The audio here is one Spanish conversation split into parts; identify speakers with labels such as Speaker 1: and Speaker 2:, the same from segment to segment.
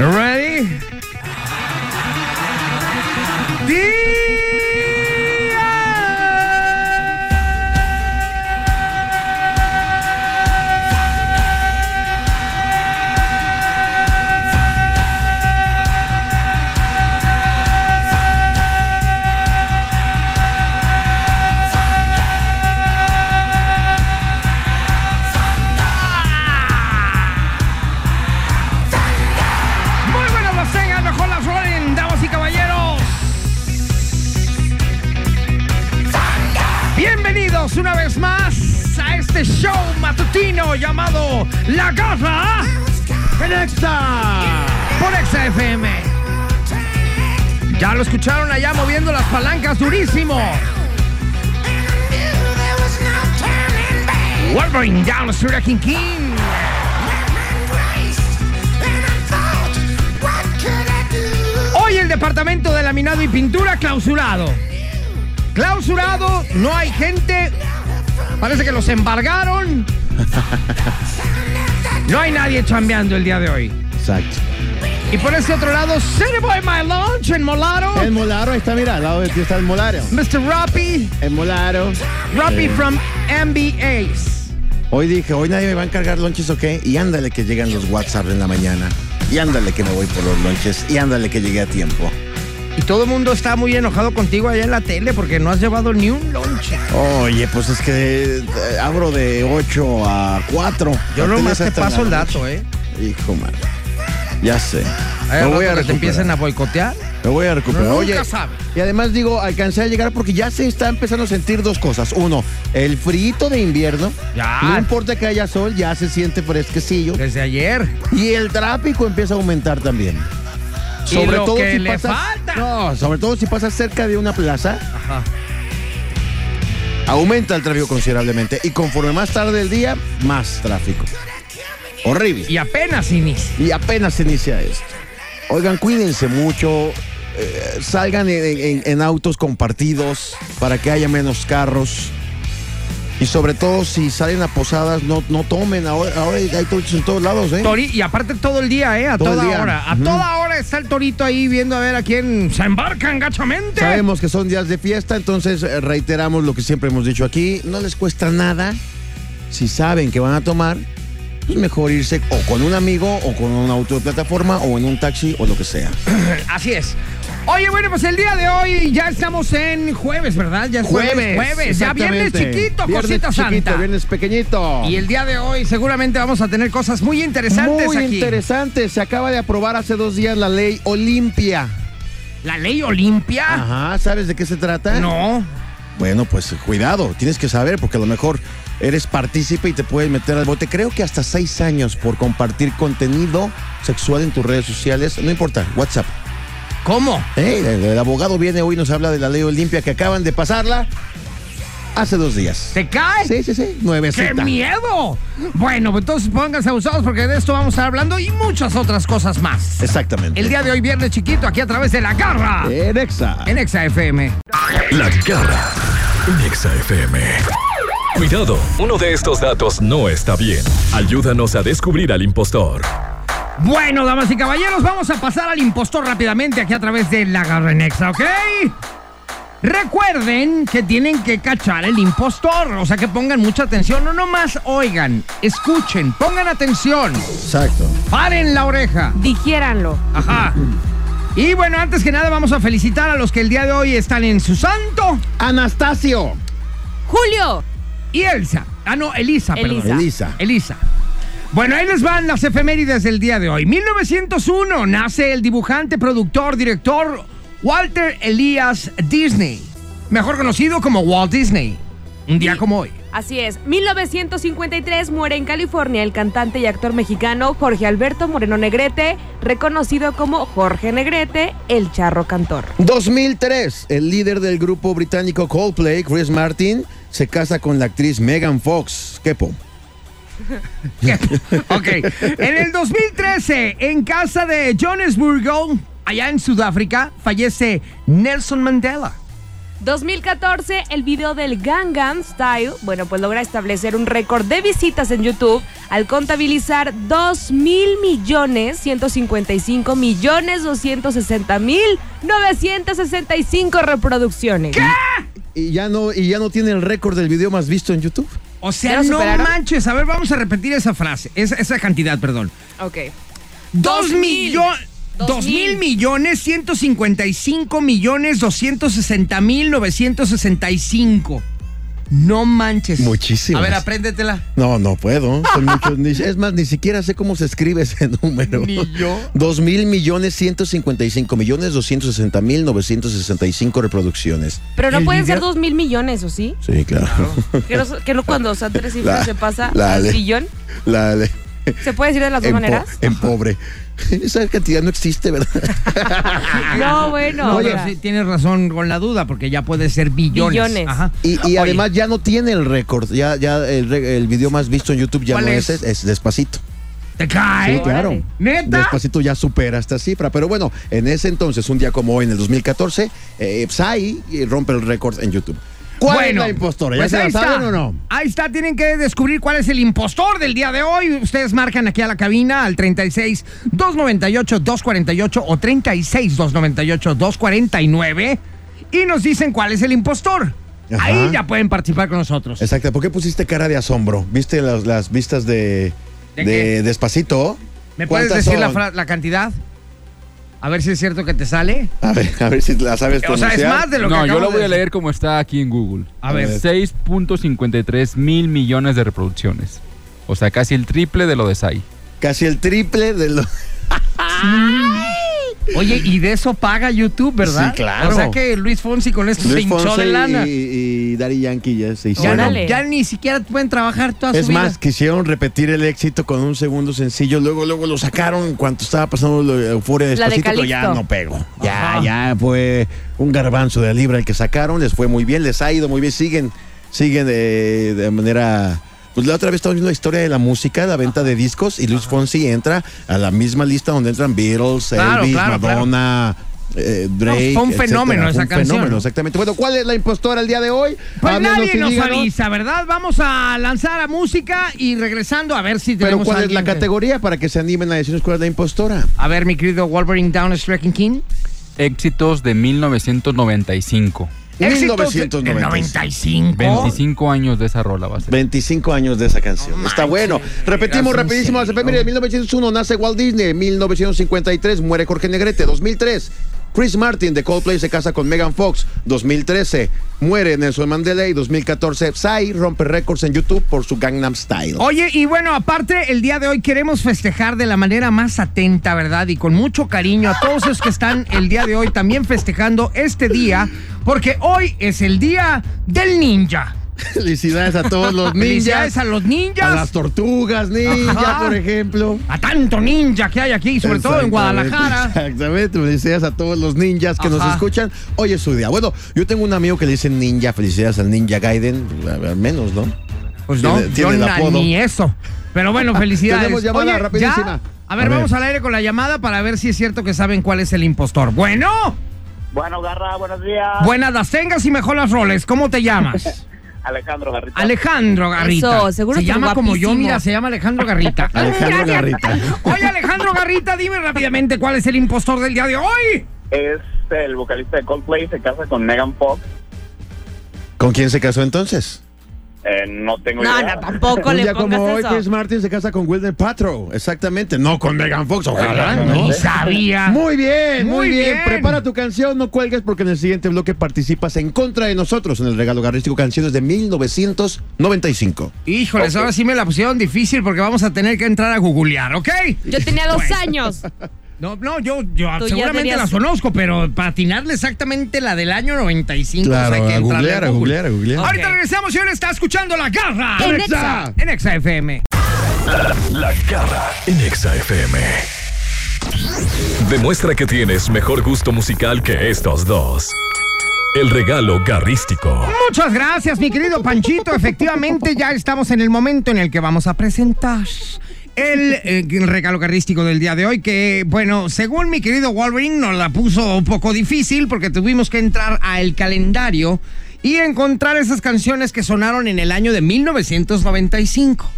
Speaker 1: Ready? Muy buenas las tengan, mejor las rolen, damas y caballeros. Bienvenidos una vez más a este show matutino llamado La Garra en Exa por Exa FM. Ya lo escucharon allá moviendo las palancas durísimo. Wolverine down, Sura King King. Hoy el departamento de laminado y pintura clausurado. Clausurado, no hay gente. Parece que los embargaron. No hay nadie chambeando el día de hoy.
Speaker 2: Exacto.
Speaker 1: Y por ese otro lado, City Boy My Lunch en Molaro.
Speaker 2: El Molaro ahí está, mira, al lado de ti está el Molaro.
Speaker 1: Mr. Rappy.
Speaker 2: El Molaro.
Speaker 1: Rappy from MBAs.
Speaker 2: Hoy dije, hoy nadie me va a encargar lonches o qué. Y ándale que llegan los WhatsApp en la mañana. Y ándale que me voy por los lonches. Y ándale que llegué a tiempo.
Speaker 1: Y todo el mundo está muy enojado contigo allá en la tele porque no has llevado ni un lonche.
Speaker 2: Oye, pues es que eh, abro de 8 a 4.
Speaker 1: Yo nomás
Speaker 2: más
Speaker 1: te paso el dato, ¿eh?
Speaker 2: Hijo madre. Ya sé.
Speaker 1: Hay
Speaker 2: Me
Speaker 1: rato
Speaker 2: voy a
Speaker 1: que te
Speaker 2: recuperar.
Speaker 1: empiecen a boicotear.
Speaker 2: Me voy a recuperar.
Speaker 1: No, nunca
Speaker 2: Oye,
Speaker 1: sabe.
Speaker 2: y además digo, alcancé a llegar porque ya se está empezando a sentir dos cosas. Uno, el frío de invierno.
Speaker 1: Ya. Eh.
Speaker 2: No importa que haya sol, ya se siente fresquecillo.
Speaker 1: Desde ayer.
Speaker 2: Y el tráfico empieza a aumentar también.
Speaker 1: Y lo que le falta.
Speaker 2: No, sobre todo si pasas cerca de una plaza,
Speaker 1: Ajá.
Speaker 2: aumenta el tráfico considerablemente. Y conforme más tarde el día, más tráfico. Horrible.
Speaker 1: Y apenas inicia.
Speaker 2: Y apenas se inicia esto. Oigan, cuídense mucho. eh, salgan en, en- en autos compartidos para que haya menos carros. Y sobre todo, si salen a posadas, no, no tomen. Ahora, ahora hay tochos en todos lados, ¿eh?
Speaker 1: Tori- y aparte todo el día, ¿eh? A
Speaker 2: Todo el
Speaker 1: toda
Speaker 2: día.
Speaker 1: hora. A
Speaker 2: Ujú.
Speaker 1: toda hora está el torito ahí viendo a ver a quién se embarcan gachamente.
Speaker 2: Sabemos que son días de fiesta, entonces eh, reiteramos lo que siempre hemos dicho aquí. No les cuesta nada. Si saben que van a tomar, pues mejor irse o con un amigo o con un auto de plataforma o en un taxi o lo que sea.
Speaker 1: Así es. Oye, bueno, pues el día de hoy ya estamos en jueves, ¿verdad? Ya es
Speaker 2: Jueves.
Speaker 1: Jueves. Ya viernes
Speaker 2: exactamente.
Speaker 1: chiquito,
Speaker 2: Viernes
Speaker 1: cosita
Speaker 2: chiquito,
Speaker 1: santa.
Speaker 2: Viernes pequeñito.
Speaker 1: Y el día de hoy seguramente vamos a tener cosas muy interesantes
Speaker 2: Muy
Speaker 1: aquí.
Speaker 2: interesante. Se acaba de aprobar hace dos días la ley Olimpia.
Speaker 1: La ley Olimpia.
Speaker 2: Ajá, ¿sabes de qué se trata?
Speaker 1: Ah. No.
Speaker 2: Bueno, pues cuidado, tienes que saber porque a lo mejor eres partícipe y te puedes meter al bote. Creo que hasta seis años por compartir contenido sexual en tus redes sociales, no importa, WhatsApp.
Speaker 1: ¿Cómo?
Speaker 2: Eh, El, el abogado viene hoy y nos habla de la ley Olimpia que acaban de pasarla hace dos días.
Speaker 1: ¿Se cae?
Speaker 2: Sí, sí, sí, nuevecita.
Speaker 1: ¡Qué miedo! Bueno, pues entonces pónganse abusados porque de esto vamos a estar hablando y muchas otras cosas más.
Speaker 2: Exactamente.
Speaker 1: El día de hoy, viernes chiquito, aquí a través de la garra
Speaker 2: En Exa.
Speaker 1: en Exa FM.
Speaker 3: La Garra en Exa FM. Cuidado, uno de estos datos no está bien. Ayúdanos a descubrir al impostor.
Speaker 1: Bueno, damas y caballeros, vamos a pasar al impostor rápidamente aquí a través de la garra en Exa, ¿ok? Recuerden que tienen que cachar el impostor, o sea que pongan mucha atención, no nomás oigan, escuchen, pongan atención,
Speaker 2: Exacto.
Speaker 1: paren la oreja.
Speaker 4: Dijéranlo.
Speaker 1: Ajá. Y bueno, antes que nada vamos a felicitar a los que el día de hoy están en su santo.
Speaker 2: Anastasio.
Speaker 4: Julio.
Speaker 1: Y Elsa. Ah, no, Elisa, perdón.
Speaker 4: Elisa.
Speaker 2: Elisa.
Speaker 1: Elisa. Bueno, ahí les van las efemérides del día de hoy. 1901 nace el dibujante, productor, director Walter Elias Disney, mejor conocido como Walt Disney. Un día como hoy.
Speaker 4: Así es. 1953 muere en California el cantante y actor mexicano Jorge Alberto Moreno Negrete, reconocido como Jorge Negrete, el charro cantor.
Speaker 2: 2003, el líder del grupo británico Coldplay, Chris Martin, se casa con la actriz Megan Fox. Kepo.
Speaker 1: Ok. En el 2013, en casa de Johannesburgo, allá en Sudáfrica, fallece Nelson Mandela.
Speaker 4: 2014, el video del Gangnam Style, bueno, pues logra establecer un récord de visitas en YouTube al contabilizar 2 mil millones 155 millones 260 mil 965 reproducciones.
Speaker 2: Y ya no, y ya no tiene el récord del video más visto en YouTube.
Speaker 1: O
Speaker 4: ¿Ya
Speaker 1: sea,
Speaker 4: lo
Speaker 1: no
Speaker 4: superaron?
Speaker 1: manches. A ver, vamos a repetir esa frase, esa, esa cantidad, perdón.
Speaker 4: Ok.
Speaker 1: 2
Speaker 4: Dos mil.
Speaker 1: millones.
Speaker 4: Dos
Speaker 1: 2 mil
Speaker 4: mil.
Speaker 1: millones, 155 millones, 260 mil, 965. No manches.
Speaker 2: Muchísimas.
Speaker 1: A ver, apréndetela.
Speaker 2: No, no puedo. Son muchos, ni- es más, ni siquiera sé cómo se escribe ese número.
Speaker 1: Ni yo.
Speaker 2: Dos mil millones ciento cincuenta y cinco millones doscientos sesenta mil novecientos sesenta y cinco reproducciones.
Speaker 4: Pero no
Speaker 1: El
Speaker 4: pueden ser
Speaker 1: video-
Speaker 4: 2 mil millones, ¿o sí?
Speaker 2: Sí, claro.
Speaker 4: Que no, que no cuando son tres cifras
Speaker 2: La-
Speaker 4: se pasa
Speaker 2: la
Speaker 4: al
Speaker 2: de-
Speaker 4: billón.
Speaker 2: La de-
Speaker 4: ¿Se puede decir de las dos
Speaker 2: en, po-
Speaker 4: maneras?
Speaker 2: en pobre. Esa cantidad no existe, ¿verdad? Ah.
Speaker 4: No, bueno.
Speaker 1: No,
Speaker 4: mira.
Speaker 1: pero sí, tienes razón con la duda, porque ya puede ser billones.
Speaker 4: Billones.
Speaker 1: Ajá.
Speaker 2: Y, y
Speaker 1: Oye,
Speaker 2: además ya no tiene el récord. Ya, ya el, re- el video más visto en YouTube ya
Speaker 1: ¿Cuál
Speaker 2: no
Speaker 1: es?
Speaker 2: es, es, despacito.
Speaker 1: Te cae.
Speaker 2: Sí, claro.
Speaker 1: ¿Neta?
Speaker 2: Despacito ya supera esta cifra. Pero bueno, en ese entonces, un día como hoy, en el 2014, eh, Psy eh, rompe el récord en YouTube. ¿Cuál
Speaker 1: Bueno,
Speaker 2: es la impostora? ¿Ya
Speaker 1: pues
Speaker 2: se la
Speaker 1: ahí
Speaker 2: saben
Speaker 1: está.
Speaker 2: o no?
Speaker 1: Ahí está, tienen que descubrir cuál es el impostor del día de hoy. Ustedes marcan aquí a la cabina al 36 298 248 o 36 298 249 y nos dicen cuál es el impostor.
Speaker 2: Ajá.
Speaker 1: Ahí ya pueden participar con nosotros.
Speaker 2: Exacto. ¿Por qué pusiste cara de asombro? ¿Viste las, las vistas de,
Speaker 1: ¿De
Speaker 2: de
Speaker 1: qué?
Speaker 2: Despacito?
Speaker 1: ¿Me puedes
Speaker 2: ¿Cuántas
Speaker 1: decir la,
Speaker 2: son?
Speaker 1: fra- la cantidad? A ver si es cierto que te sale.
Speaker 2: A ver, a ver si la
Speaker 1: O
Speaker 2: sabes
Speaker 1: sea,
Speaker 2: pronunciar.
Speaker 1: es más de lo que
Speaker 5: No, yo
Speaker 1: acabo
Speaker 5: lo
Speaker 1: de
Speaker 5: voy a
Speaker 1: decir.
Speaker 5: leer como está aquí en Google.
Speaker 1: A ver.
Speaker 5: 6.53 mil millones de reproducciones. O sea, casi el triple de lo de Sai.
Speaker 2: Casi el triple de lo...
Speaker 1: Oye, y de eso paga YouTube, ¿verdad?
Speaker 2: Sí, claro.
Speaker 1: O sea que Luis Fonsi con esto se
Speaker 2: Luis
Speaker 1: hinchó
Speaker 2: Fonse
Speaker 1: de lana.
Speaker 2: y, y Daddy Yankee ya se
Speaker 1: Ya,
Speaker 2: hicieron.
Speaker 1: no-
Speaker 4: Órale.
Speaker 1: ya ni siquiera pueden trabajar toda
Speaker 2: Es
Speaker 1: su vida.
Speaker 2: más, quisieron repetir el éxito con un segundo sencillo, luego luego lo sacaron en cuanto estaba pasando la euforia
Speaker 4: de
Speaker 2: despacito, pero ya
Speaker 4: Calixto.
Speaker 2: no pegó. Ya,
Speaker 1: Ajá.
Speaker 2: ya fue un garbanzo de libra el que sacaron, les fue muy bien, les ha ido muy bien, siguen, siguen eh, de manera... Pues la otra vez estamos viendo la historia de la música, la venta de discos, y Luis Fonsi entra a la misma lista donde entran Beatles,
Speaker 1: Claro,
Speaker 2: Elvis,
Speaker 1: claro, claro.
Speaker 2: Madonna... eh, Drake,
Speaker 1: fue un
Speaker 2: etcétera.
Speaker 1: fenómeno
Speaker 2: Fue
Speaker 1: esa
Speaker 2: un
Speaker 1: canción,
Speaker 2: fenómeno,
Speaker 1: ¿no?
Speaker 2: exactamente. Bueno, ¿cuál es la impostora el día de hoy?
Speaker 1: Pues
Speaker 2: Háblenos
Speaker 1: nadie
Speaker 2: y
Speaker 1: nos
Speaker 2: díganos.
Speaker 1: avisa, ¿verdad? Vamos a lanzar a música y regresando a ver si tenemos
Speaker 2: Pero ¿cuál es
Speaker 1: alguien
Speaker 2: la
Speaker 1: que-
Speaker 2: categoría para que se animen a decirnos cuál es la impostora?
Speaker 1: A ver, mi querido Wolverine Down Striking King.
Speaker 5: Éxitos de 1995.
Speaker 1: Éxitos de-
Speaker 2: 1995.
Speaker 1: del 95.
Speaker 5: 25 años de esa rola va a ser.
Speaker 2: 25 años de esa canción. Está bueno.
Speaker 1: eras un
Speaker 2: Repetimos rapidísimo las
Speaker 1: señor.
Speaker 2: efemérides. 1901 nace Walt Disney. 1953 muere Jorge Negrete. 2003 Chris Martin de Coldplay se casa con Megan Fox. 2013 muere Nelson Mandela. Y 2014 Psy rompe récords en YouTube por su Gangnam Style.
Speaker 1: Oye, y bueno, aparte, el día de hoy queremos festejar de la manera más atenta, ¿verdad? Y con mucho cariño a todos los que están el día de hoy también festejando este día, porque hoy es el día del ninja.
Speaker 2: Felicidades a todos los
Speaker 1: Felicidades
Speaker 2: ninjas.
Speaker 1: a los ninjas.
Speaker 2: A las tortugas ninja,
Speaker 1: Ajá.
Speaker 2: por ejemplo.
Speaker 1: a tanto ninja que hay aquí, sobre todo en
Speaker 2: Exactamente,
Speaker 1: Guadalajara.
Speaker 2: Exactamente, felicidades a todos los ninjas que
Speaker 1: Ajá.
Speaker 2: nos escuchan. Hoy es su día. Bueno, yo tengo un amigo que le dicen ninja, felicidades al ninja Gaiden, al menos, ¿no?
Speaker 1: Pues no,
Speaker 2: Tiene- tiene
Speaker 1: yo
Speaker 2: el
Speaker 1: na-
Speaker 2: apodo.
Speaker 1: ni eso. Pero bueno, felicidades.
Speaker 2: Tenemos llamada
Speaker 1: Oye,
Speaker 2: rapidísima.
Speaker 1: ¿ya? A ver,
Speaker 2: A ver.
Speaker 1: vamos al aire con la llamada para ver si es cierto que saben cuál es el impostor. Bueno,
Speaker 6: Bueno, Garra, buenos días.
Speaker 1: buenas las tengas y mejor las roles. ¿Cómo te llamas?
Speaker 6: Alejandro Garrita.
Speaker 1: Alejandro Garrita.
Speaker 4: Eso, seguro
Speaker 1: se
Speaker 4: que
Speaker 1: llama como yo,
Speaker 4: guapísimo.
Speaker 1: mira, se llama Alejandro Garrita.
Speaker 2: Alejandro Garrita.
Speaker 1: Oye, Alejandro Garrita, dime rápidamente cuál es el impostor del día de hoy.
Speaker 6: es el vocalista de Coldplay, se casa con Megan Fox.
Speaker 2: ¿Con quién se casó entonces?
Speaker 6: Eh, no tengo
Speaker 4: No,
Speaker 6: idea.
Speaker 4: no, tampoco
Speaker 2: Un
Speaker 4: le
Speaker 2: día Pues
Speaker 4: pongas
Speaker 2: como hoy,
Speaker 4: eso.
Speaker 2: Chris Martin se casa con Wilder Patrow. Exactamente. No con Megan Fox, ojalá, ¿no?
Speaker 1: Ni sabía.
Speaker 2: Muy bien, muy,
Speaker 1: Muy
Speaker 2: bien.
Speaker 1: bien.
Speaker 2: Prepara tu canción, no cuelgues porque en el siguiente bloque participas en contra de nosotros en el regalo garrístico Canciones de 1995.
Speaker 1: Híjoles, ahora sí me la pusieron difícil porque vamos a tener que entrar a googlear, ¿ok?
Speaker 4: Yo tenía dos años.
Speaker 1: No, no, yo, yo
Speaker 4: Tú ya
Speaker 1: seguramente
Speaker 4: tenías-
Speaker 1: las conozco, pero para atinarle exactamente la del año 95.
Speaker 2: Claro,
Speaker 1: hay que
Speaker 2: a
Speaker 1: entrarle
Speaker 2: googlear, a
Speaker 1: Google.
Speaker 2: googlear, a googlear.
Speaker 1: Ahorita
Speaker 4: Ok.
Speaker 1: regresamos, señores, está escuchando La Garra.
Speaker 4: En
Speaker 2: Exa.
Speaker 1: En Exa FM.
Speaker 3: La garra en Exa FM. Demuestra que tienes mejor gusto musical que estos dos. El regalo garrístico.
Speaker 1: Muchas gracias, mi querido Panchito. Efectivamente, ya estamos en el momento en el que vamos a presentar el, eh, el regalo carrístico del día de hoy, que, bueno, según mi querido Wolverine, nos la puso un poco difícil porque tuvimos que entrar al calendario y encontrar esas canciones que sonaron en el año de 1995.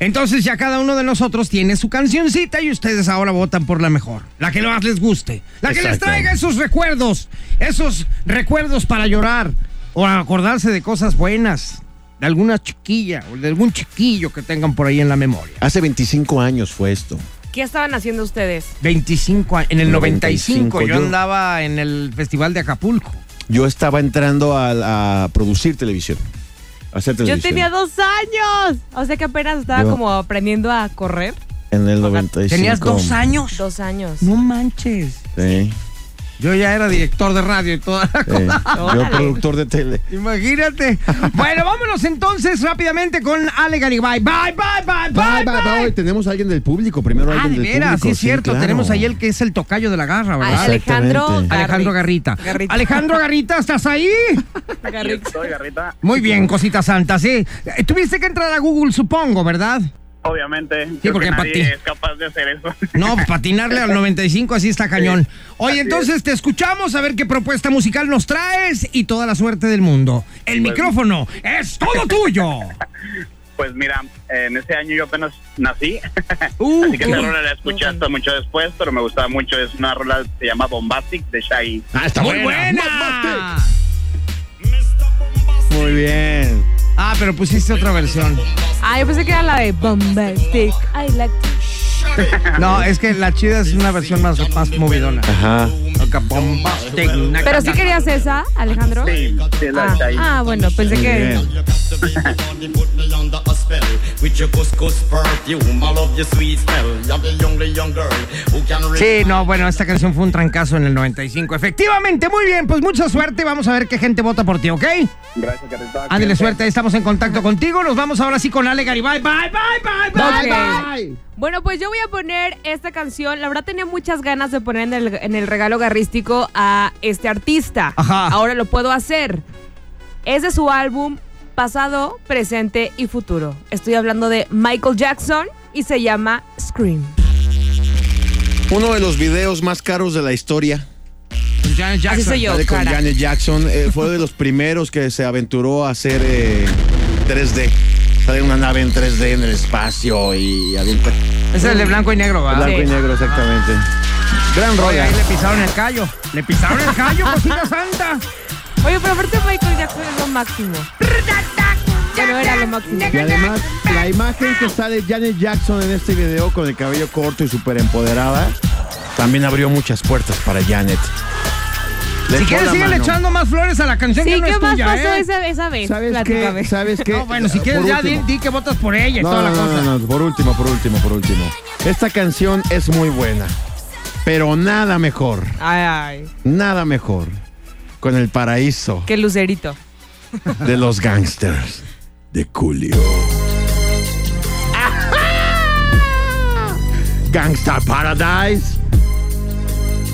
Speaker 1: Entonces ya cada uno de nosotros tiene su cancioncita y ustedes ahora votan por la mejor, la que más les guste, la que les
Speaker 2: Exacto.
Speaker 1: traiga esos recuerdos, esos recuerdos para llorar o acordarse de cosas buenas, de alguna chiquilla o de algún chiquillo que tengan por ahí en la memoria.
Speaker 2: Hace 25 años fue esto.
Speaker 4: ¿Qué estaban haciendo ustedes?
Speaker 1: 25 años, en el 95,
Speaker 2: 95,
Speaker 1: yo
Speaker 2: yo-
Speaker 1: andaba en el Festival de Acapulco.
Speaker 2: Yo estaba entrando a, a producir televisión. a hacer
Speaker 4: Yo
Speaker 2: televisión.
Speaker 4: tenía dos años. O sea que apenas estaba
Speaker 2: Yo-
Speaker 4: como aprendiendo a correr.
Speaker 2: En el 95.
Speaker 1: ¿Tenías dos años?
Speaker 4: Dos años.
Speaker 1: No manches.
Speaker 2: Sí,
Speaker 1: Yo ya era director de radio y toda la
Speaker 2: sí.
Speaker 1: cosa.
Speaker 2: Yo productor de tele.
Speaker 1: Imagínate. bueno, vámonos entonces rápidamente con Ale Garibay. Bye, bye, bye,
Speaker 2: Bye,
Speaker 1: bye, bye.
Speaker 2: Hoy tenemos a alguien del público. Primero
Speaker 1: Ah,
Speaker 2: alguien
Speaker 1: de
Speaker 2: del
Speaker 1: veras,
Speaker 2: público.
Speaker 1: sí es cierto.
Speaker 2: claro.
Speaker 1: Tenemos ahí el que es el tocayo de la garra, ¿verdad?
Speaker 2: Exacto.
Speaker 4: Alejandro,
Speaker 2: Exactamente.
Speaker 1: Alejandro
Speaker 4: Garri-
Speaker 1: Garrita.
Speaker 4: Ah, Garrita.
Speaker 1: Alejandro Garrita, ¿estás ahí?
Speaker 6: Aquí
Speaker 4: Garrita.
Speaker 6: estoy, Garrita.
Speaker 1: Muy bien, cosita santa, sí. Eh, Tuviste que entrar a Google, supongo, ¿verdad?
Speaker 6: Obviamente. creo
Speaker 1: porque
Speaker 6: que
Speaker 1: pa'
Speaker 6: nadie
Speaker 1: ti.
Speaker 6: es capaz de hacer eso.
Speaker 1: No, pues, patinarle al 95 así está cañón. Oye, entonces te escuchamos a ver qué propuesta musical nos traes y toda la suerte del mundo. El micrófono es todo tuyo.
Speaker 6: Pues mira, en ese año yo apenas nací.
Speaker 1: Uh,
Speaker 6: Así que
Speaker 1: qué-
Speaker 6: esa rola la escuché hasta mucho después, pero me gustaba mucho. Es una rola que se llama Bombastic de Shaggy.
Speaker 2: Ah, está
Speaker 1: muy
Speaker 2: buena.
Speaker 1: buena.
Speaker 2: Muy bien.
Speaker 1: Ah, pero pusiste otra versión.
Speaker 4: Ah, yo pensé que era la de Bombastic. I like
Speaker 1: No, es que la chida es una versión más, más movidona.
Speaker 2: Ajá.
Speaker 1: Acá, bombastic, naca,
Speaker 4: Pero sí
Speaker 1: naca.
Speaker 4: querías esa, Alejandro.
Speaker 6: Sí, sí, es la de
Speaker 4: Ah,
Speaker 6: Shaggy.
Speaker 4: ah, bueno, pensé
Speaker 2: Muy
Speaker 4: que.
Speaker 2: bien.
Speaker 7: Put me under a spell with your couscous perfume. I love your sweet smell. You're the only young girl who can really
Speaker 1: Sí, no, bueno, esta canción fue un trancazo en el 95. Efectivamente, muy bien, pues mucha suerte. Vamos a ver qué gente vota por ti, ¿ok?
Speaker 6: Gracias, Garrita.
Speaker 1: Ándale, suerte, ahí estamos en contacto contigo. Nos vamos ahora sí con Ale Garibay. Bye, bye, bye, bye,
Speaker 4: Ok.
Speaker 1: bye.
Speaker 4: Bueno, pues yo voy a poner esta canción. La verdad tenía muchas ganas de poner en el, en el regalo garrístico a este artista.
Speaker 1: Ajá.
Speaker 4: Ahora lo puedo hacer. Es de su álbum Pasado, Presente y Futuro. Estoy hablando de Michael Jackson y se llama Scream.
Speaker 2: Uno de los videos más caros de la historia.
Speaker 4: Pues
Speaker 1: Con Janet
Speaker 4: Así
Speaker 1: Jackson.
Speaker 4: soy yo,
Speaker 2: Sale con
Speaker 4: cara.
Speaker 2: Janet Jackson. eh, fue de los primeros que se aventuró a hacer eh, 3D. Sale una nave en 3D en el espacio y había un blanco
Speaker 1: Es el de blanco y negro, ¿verdad?
Speaker 4: Sí.
Speaker 2: y negro, exactamente. Gran
Speaker 1: Oye,
Speaker 2: rola.
Speaker 1: ahí le pisaron el callo. Le pisaron el callo, cosita santa.
Speaker 4: Oye, pero aparte Michael Jackson es lo máximo. Bueno, era lo máximo.
Speaker 2: Y además, la imagen que sale Janet Jackson en este video con el cabello corto y súper empoderada también abrió muchas puertas para Janet. Le
Speaker 1: Si
Speaker 2: echó
Speaker 1: quieres,
Speaker 2: la
Speaker 1: síguele
Speaker 2: mano.
Speaker 1: echando más flores a la canción
Speaker 4: Sí,
Speaker 1: que no
Speaker 4: ¿qué
Speaker 1: es
Speaker 4: más
Speaker 1: tuya,
Speaker 4: pasó
Speaker 1: ¿eh?
Speaker 4: esa, esa vez?
Speaker 2: ¿Sabes
Speaker 4: Platícame.
Speaker 2: qué? ¿Sabes qué? Ah,
Speaker 1: No, bueno, si
Speaker 2: Por
Speaker 1: quieres, ya di,
Speaker 2: último.
Speaker 1: di que votas por ella y
Speaker 2: No,
Speaker 1: toda la
Speaker 2: no,
Speaker 1: cosa.
Speaker 2: no, no, por último, por último, por último. Esta canción es muy buena, pero nada mejor,
Speaker 4: Ay, ay,
Speaker 2: nada mejor con el paraíso
Speaker 4: qué lucerito.
Speaker 2: de los gangsters de Julio. Gangsta Paradise.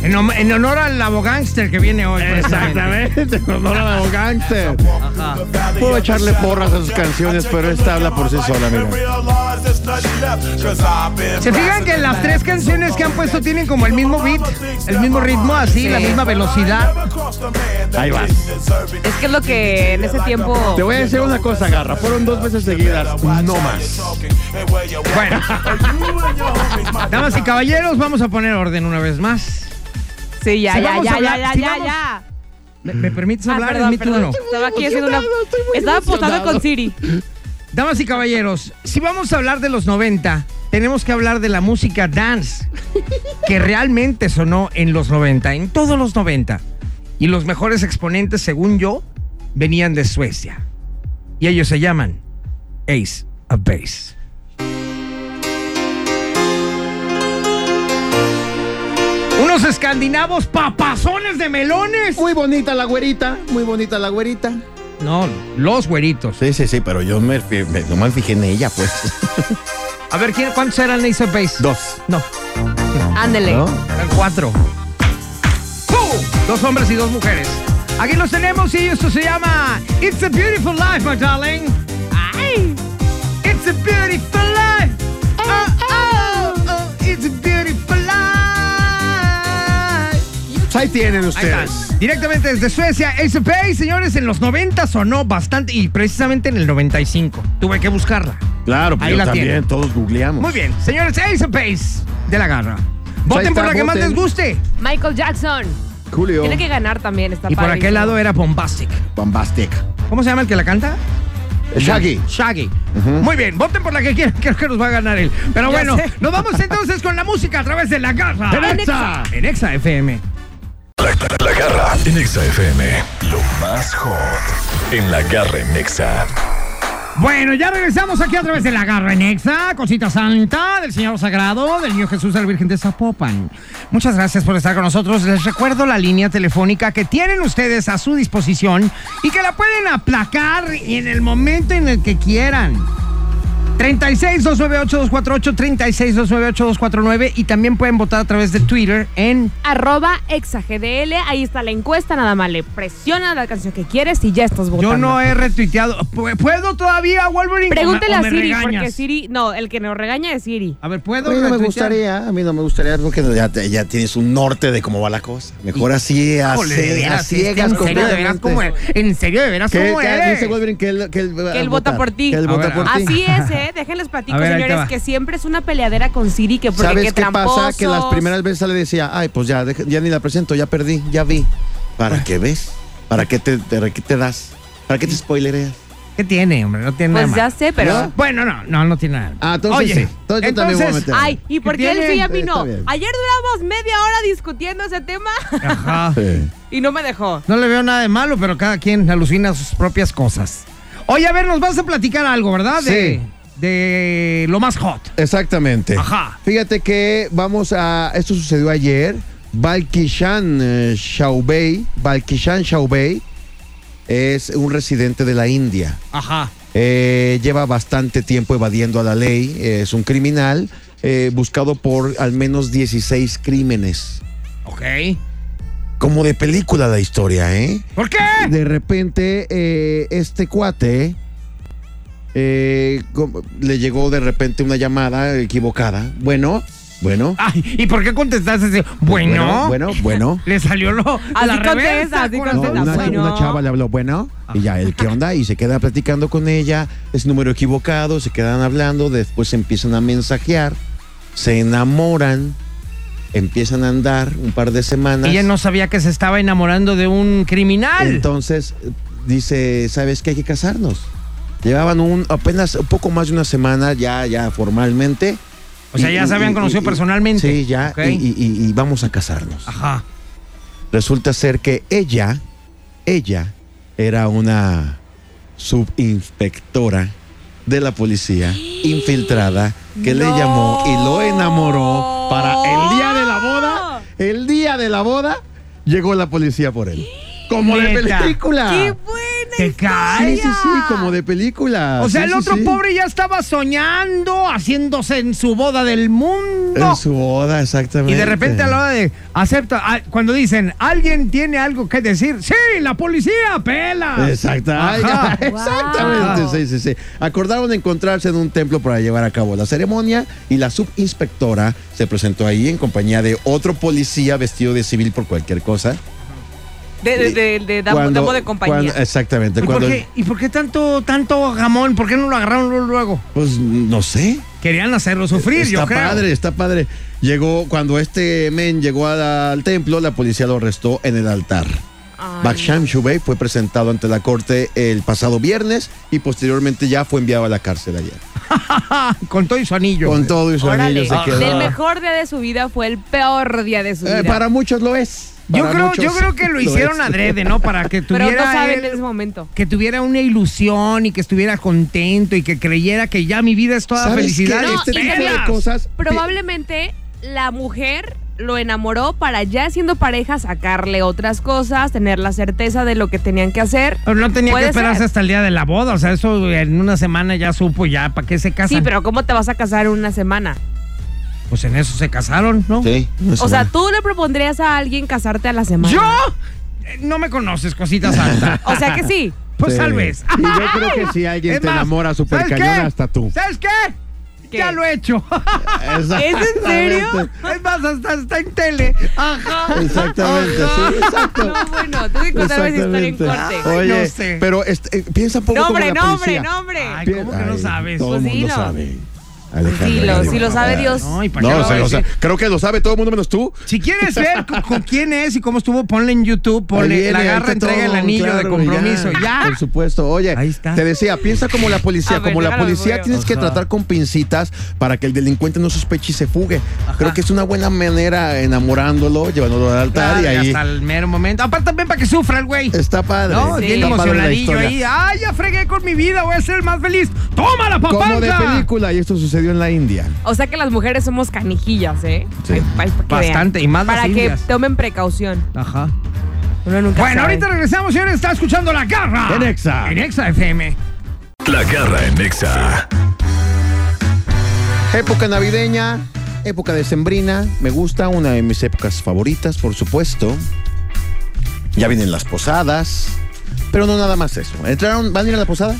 Speaker 1: En, hom- en honor al abogánster que viene hoy. precisamente.
Speaker 2: no la de los gangsters. Puedo echarle porras a sus canciones, pero esta habla por sí sola, mira.
Speaker 1: ¿Se fijan que las tres canciones que han puesto tienen como el mismo beat, el mismo ritmo, así,
Speaker 4: Sí.
Speaker 1: la misma velocidad?
Speaker 2: Ahí va.
Speaker 4: Es que es lo que en ese tiempo...
Speaker 2: Te voy a decir una cosa, Garra. Fueron dos veces seguidas, no más.
Speaker 1: Bueno. Damas y caballeros, vamos a poner orden una vez más.
Speaker 4: Sí, ya,
Speaker 1: Sí,
Speaker 4: ya,
Speaker 1: vamos a
Speaker 4: ya, ya,
Speaker 1: hablar-
Speaker 4: ya,
Speaker 1: sí,
Speaker 4: ya,
Speaker 1: vamos.
Speaker 4: ya.
Speaker 1: ¿Me, me permites
Speaker 4: Ah,
Speaker 1: hablar?
Speaker 4: perdón,
Speaker 1: es mi
Speaker 4: perdón.
Speaker 1: turno.
Speaker 4: Estaba aquí haciendo una... Estaba apostando con Siri.
Speaker 1: Damas y caballeros, si vamos a hablar de los 90, tenemos que hablar de la música dance, que realmente sonó en los 90, en todos los 90. Y los mejores exponentes, según yo, venían de Suecia. Y ellos se llaman Ace of Base. Unos escandinavos papazones de melones.
Speaker 2: Muy bonita la güerita, muy bonita la güerita.
Speaker 1: No, los güeritos.
Speaker 2: Sí, sí, sí, pero yo me, fi- me- no me fijé en ella, pues.
Speaker 1: A ver, ¿quién, ¿cuántos eran Ace of Base?
Speaker 2: Dos.
Speaker 1: No,
Speaker 4: Ándele.
Speaker 2: ¿No?
Speaker 1: eran cuatro. ¡Pum! Dos hombres y dos mujeres. Aquí los tenemos y esto se llama It's a Beautiful Life, my darling.
Speaker 4: Ay.
Speaker 1: It's a Beautiful Life. Oh, oh, oh, it's a Beautiful Life.
Speaker 2: Ahí tienen
Speaker 1: Ahí está.
Speaker 2: ustedes.
Speaker 1: Directamente desde Suecia, Ace of Base, señores, en los 90 sonó bastante y precisamente en el 95. Tuve que buscarla.
Speaker 2: Claro,
Speaker 1: Ahí
Speaker 2: pero
Speaker 1: la
Speaker 2: también
Speaker 1: tienen.
Speaker 2: todos googleamos.
Speaker 1: Muy bien, señores, Ace of Base de la garra. Voten
Speaker 2: Pues está,
Speaker 1: por la que más
Speaker 2: voten.
Speaker 1: les guste.
Speaker 4: Michael Jackson.
Speaker 2: Julio.
Speaker 4: Tiene que ganar también esta
Speaker 1: Y por aquel lado era Bombastic.
Speaker 2: Bombastic.
Speaker 1: ¿Cómo se llama el que la canta?
Speaker 2: Shaggy.
Speaker 1: Shaggy. Muy bien, voten por la que quieran, creo que nos va a ganar él. Pero bueno, nos vamos entonces con la música a través de la garra.
Speaker 4: En Exa.
Speaker 1: En Exa FM.
Speaker 3: La garra en Exa FM. Lo más hot en la garra en Exa.
Speaker 1: Bueno, ya regresamos aquí a través de la garra en Exa, cosita santa del Señor Sagrado, del Niño Jesús, de la Virgen de Zapopan. Muchas gracias por estar con nosotros. Les recuerdo la línea telefónica que tienen ustedes a su disposición y que la pueden aplacar en el momento en el que quieran. 36-298-248, 36-298-249 y también pueden votar a través de Twitter en...
Speaker 4: Arroba exagdl. Ahí está la encuesta. Nada más le presiona la canción que quieres y ya estás votando.
Speaker 1: Yo no he retuiteado. ¿Pu- ¿Puedo todavía, Wolverine?
Speaker 4: Pregúntele
Speaker 1: ¿O
Speaker 4: a
Speaker 1: me
Speaker 4: Siri, porque
Speaker 1: regañas?
Speaker 4: Siri. No, el que nos regaña es Siri.
Speaker 1: A ver, ¿puedo
Speaker 2: A mí no me
Speaker 1: retuitear?
Speaker 2: gustaría, a mí no me gustaría porque ya, te- ya tienes un norte de cómo va la cosa. Mejor así, a,
Speaker 1: Híjole,
Speaker 2: ce-
Speaker 1: de
Speaker 2: a
Speaker 1: veras, este,
Speaker 2: ciegas
Speaker 1: en serio, de veras,
Speaker 2: completamente.
Speaker 1: ¿cómo eres? En serio, de veras,
Speaker 2: Que-
Speaker 1: ¿cómo
Speaker 2: que
Speaker 1: eres?
Speaker 2: dice Wolverine que él, que él va
Speaker 4: Que
Speaker 2: a
Speaker 4: él vota
Speaker 2: votar,
Speaker 4: por ti.
Speaker 2: Que él
Speaker 1: A
Speaker 2: vota
Speaker 1: ver,
Speaker 2: por ti.
Speaker 4: Así es, ¿eh? Déjenles platico,
Speaker 1: Ah, A ver, ahí te va.
Speaker 4: señores, que siempre es una peleadera con Siri, que porque
Speaker 2: ¿Sabes
Speaker 4: que
Speaker 2: qué pasa?
Speaker 4: tramposos.
Speaker 2: Que las primeras veces le decía, ay, pues ya, deja- ya ni la presento, ya perdí, ya vi. ¿Para qué ves? ¿Para qué te, te- qué te das? ¿Para qué te spoilereas?
Speaker 1: ¿Qué tiene, hombre? No tiene
Speaker 4: Pues
Speaker 1: nada.
Speaker 4: ya
Speaker 1: más.
Speaker 4: sé, pero.
Speaker 1: Bueno, no, no, no tiene nada.
Speaker 2: Ah, entonces
Speaker 1: Oye,
Speaker 2: sí. Entonces yo también voy a meter.
Speaker 4: Ay, ¿y por qué él
Speaker 1: tiene?
Speaker 4: sí y a mí
Speaker 2: Está
Speaker 4: no?
Speaker 2: bien.
Speaker 4: Ayer duramos media hora discutiendo ese tema
Speaker 1: ah, Ajá.
Speaker 2: Sí.
Speaker 4: y no me dejó.
Speaker 1: No le veo nada de malo, pero cada quien alucina sus propias cosas. Oye, a ver, nos vas a platicar algo, ¿verdad? De, de lo más hot.
Speaker 2: Exactamente.
Speaker 1: Ajá.
Speaker 2: Fíjate que vamos a. Esto sucedió ayer. Balkishan eh, Chaubey. Balkishan Chaubey es un residente de la India.
Speaker 1: Ajá.
Speaker 2: Eh, lleva bastante tiempo evadiendo a la ley. eh, es un criminal eh, buscado por al menos 16 crímenes.
Speaker 1: Ok.
Speaker 2: Como de película la historia, ¿eh?
Speaker 1: ¿Por qué?
Speaker 2: De repente, eh, este cuate eh, com- le llegó de repente una llamada equivocada. Bueno, bueno.
Speaker 1: Ay, ¿y por qué contestaste así? Bueno,
Speaker 2: Pues Bueno, bueno.
Speaker 1: le salió lo,
Speaker 4: Así
Speaker 1: la
Speaker 4: contesta,
Speaker 1: reversa
Speaker 4: así
Speaker 1: con la-
Speaker 2: No,
Speaker 4: contesta.
Speaker 2: una,
Speaker 4: Bueno.
Speaker 2: una chava le habló, bueno, y ya él, ¿qué onda? Y se queda platicando con ella, es número equivocado, se quedan hablando, después se empiezan a mensajear, se enamoran, empiezan a andar un par de semanas.
Speaker 1: Ella no sabía que se estaba enamorando de un criminal.
Speaker 2: Entonces eh, dice, ¿sabes qué? Hay que casarnos. Llevaban un, apenas un poco más de una semana ya, ya formalmente.
Speaker 1: O sea, ya se habían conocido personalmente.
Speaker 2: Sí, ya.
Speaker 1: Ok.
Speaker 2: y- Y, y- y vamos a casarnos.
Speaker 1: Ajá.
Speaker 2: Resulta ser que ella, ella era una subinspectora de la policía infiltrada que le
Speaker 4: ¡No!
Speaker 2: llamó y lo enamoró para el día de la boda. El día de la boda llegó la policía por él. Como de
Speaker 1: Neta.
Speaker 2: película.
Speaker 4: ¡Qué buena
Speaker 1: Te
Speaker 4: historia!
Speaker 1: cae.
Speaker 2: Sí, sí, sí, como de película.
Speaker 1: O sea,
Speaker 2: Ah, Sí,
Speaker 1: el
Speaker 2: sí,
Speaker 1: otro
Speaker 2: sí.
Speaker 1: pobre ya estaba soñando, haciéndose en su boda del mundo.
Speaker 2: En su boda, exactamente.
Speaker 1: Y de repente a la hora de acepta, ah, cuando dicen, alguien tiene algo que decir, sí, la policía pela.
Speaker 2: Exacta. Ay,
Speaker 1: Ajá.
Speaker 2: Exactamente,
Speaker 4: Wow.
Speaker 2: sí, sí, sí. Acordaron encontrarse en un templo para llevar a cabo la ceremonia y la subinspectora se presentó ahí en compañía de otro policía vestido de civil por cualquier cosa.
Speaker 4: De, de, de, de damo-
Speaker 2: Cuando-
Speaker 4: damo de compañía.
Speaker 2: cuando- exactamente.
Speaker 1: ¿Y por,
Speaker 2: Cuando,
Speaker 1: qué, y por qué tanto, tanto jamón? ¿Por qué no lo agarraron luego, luego?
Speaker 2: pues no sé.
Speaker 1: Querían hacerlo sufrir,
Speaker 2: está
Speaker 1: yo creo.
Speaker 2: padre, está padre. Llegó, cuando este men llegó al, al templo, la policía lo arrestó en el altar.
Speaker 4: Ah.
Speaker 2: Baksham Shubey fue presentado ante la corte el pasado viernes y posteriormente ya fue enviado a la cárcel ayer.
Speaker 1: Con todo y su anillo.
Speaker 2: Con todo y su anillo
Speaker 4: Órale.
Speaker 1: Ah,
Speaker 2: se quedó.
Speaker 4: Del mejor día de su vida fue el peor día de su
Speaker 2: Ah. Eh,
Speaker 4: vida.
Speaker 2: para muchos lo es.
Speaker 1: Yo
Speaker 2: Para
Speaker 1: creo, yo
Speaker 2: muchos
Speaker 1: creo que lo hicieron
Speaker 2: es.
Speaker 1: adrede, ¿no? Para que
Speaker 4: Pero no
Speaker 1: tuviera
Speaker 4: saben
Speaker 1: él-
Speaker 4: en ese momento.
Speaker 1: que tuviera una ilusión y que estuviera contento y que creyera que ya mi vida es toda
Speaker 2: ¿Sabes
Speaker 1: felicidad.
Speaker 2: qué?
Speaker 1: y
Speaker 2: Este tipo de
Speaker 1: penas.
Speaker 2: cosas.
Speaker 4: Probablemente la mujer lo enamoró para ya siendo pareja sacarle otras cosas, tener la certeza de lo que tenían que hacer.
Speaker 1: Pero no tenía que
Speaker 4: Puede
Speaker 1: esperarse
Speaker 4: ser.
Speaker 1: hasta el día de la boda, o sea, eso en una semana ya supo ya para qué se casan.
Speaker 4: Sí, pero ¿cómo te vas a casar en una semana?
Speaker 1: pues en eso se casaron, ¿no?
Speaker 2: Sí, una
Speaker 4: O sea,
Speaker 2: semana.
Speaker 4: ¿tú le propondrías a alguien casarte a la semana?
Speaker 1: Yo Eh, no me conoces, cosita santa.
Speaker 4: O sea que sí.
Speaker 1: Pues
Speaker 2: Sí.
Speaker 1: tal vez.
Speaker 2: Y yo creo que si alguien
Speaker 1: Es
Speaker 2: te
Speaker 1: más,
Speaker 2: enamora
Speaker 1: ¿sabes
Speaker 2: super
Speaker 1: qué?
Speaker 2: cañón, hasta tú.
Speaker 1: ¿Sabes qué?
Speaker 4: ¿Qué?
Speaker 1: Ya lo he hecho.
Speaker 4: ¿Es en serio?
Speaker 1: es más, hasta está en tele. Ajá.
Speaker 2: Exactamente, sí, exacto.
Speaker 4: No, bueno, tengo que contarme esa historia en
Speaker 2: Exactamente.
Speaker 4: corte.
Speaker 2: Oye,
Speaker 1: no sé.
Speaker 2: pero este, eh, piensa un poco
Speaker 4: Nombre,
Speaker 2: como la
Speaker 4: nombre,
Speaker 2: policía.
Speaker 4: nombre.
Speaker 1: Ay,
Speaker 2: Pi-
Speaker 1: ¿cómo que no
Speaker 2: Ay,
Speaker 1: sabes?
Speaker 2: Todo el
Speaker 4: Pues
Speaker 2: mundo
Speaker 4: dilo.
Speaker 2: sabe.
Speaker 4: Pues dilo,
Speaker 2: Alejandra,
Speaker 4: si lo sabe Dios.
Speaker 1: Pues, No, ¿y para qué
Speaker 2: No,
Speaker 1: lo
Speaker 2: o sea,
Speaker 1: voy a
Speaker 2: o sea,
Speaker 1: decir?
Speaker 2: creo que lo sabe todo el mundo menos tú.
Speaker 1: Si quieres ver con, con quién es y cómo estuvo, ponle en YouTube,
Speaker 2: Ahí
Speaker 1: ponle
Speaker 2: viene,
Speaker 1: la
Speaker 2: ahí
Speaker 1: garra,
Speaker 2: está
Speaker 1: entrega
Speaker 2: todo,
Speaker 1: el anillo de
Speaker 2: claro, Pues,
Speaker 1: compromiso. Ya.
Speaker 2: Por supuesto. Oye,
Speaker 1: Ahí está.
Speaker 2: te decía, piensa como la policía.
Speaker 4: A ver,
Speaker 2: como la
Speaker 4: déjalo,
Speaker 2: policía
Speaker 4: voy.
Speaker 2: tienes que tratar con pincitas para que el delincuente no sospeche y se fugue. Creo que es una buena manera enamorándolo, llevándolo al
Speaker 1: Claro,
Speaker 2: altar y
Speaker 1: y
Speaker 2: ahí
Speaker 1: hasta el mero momento. Aparte también para que sufra el güey.
Speaker 2: está padre.
Speaker 1: No,
Speaker 4: Sí.
Speaker 1: bien
Speaker 2: Está padre la
Speaker 1: emocionadillo
Speaker 2: historia.
Speaker 1: ahí. ah, Ay, ya fregué con mi vida, voy a ser el más feliz. ¡Tómala,
Speaker 2: Como de
Speaker 1: papá!
Speaker 2: película, y esto sucedió en la India.
Speaker 4: O sea que las mujeres somos canijillas, ¿eh?
Speaker 2: Sí.
Speaker 4: para que vean.
Speaker 1: Bastante, y más las
Speaker 4: Para que
Speaker 1: indias.
Speaker 4: tomen precaución.
Speaker 1: Ajá.
Speaker 4: Uno nunca
Speaker 1: Bueno,
Speaker 4: sabe.
Speaker 1: ahorita regresamos, señores. Está escuchando La Garra.
Speaker 2: En Exa.
Speaker 1: En Exa FM.
Speaker 3: La garra en Nexa.
Speaker 2: Época navideña, época decembrina, me gusta, una de mis épocas favoritas, por supuesto. Ya vienen las posadas, pero no nada más eso. ¿Entraron? ¿Van a ir a la posada?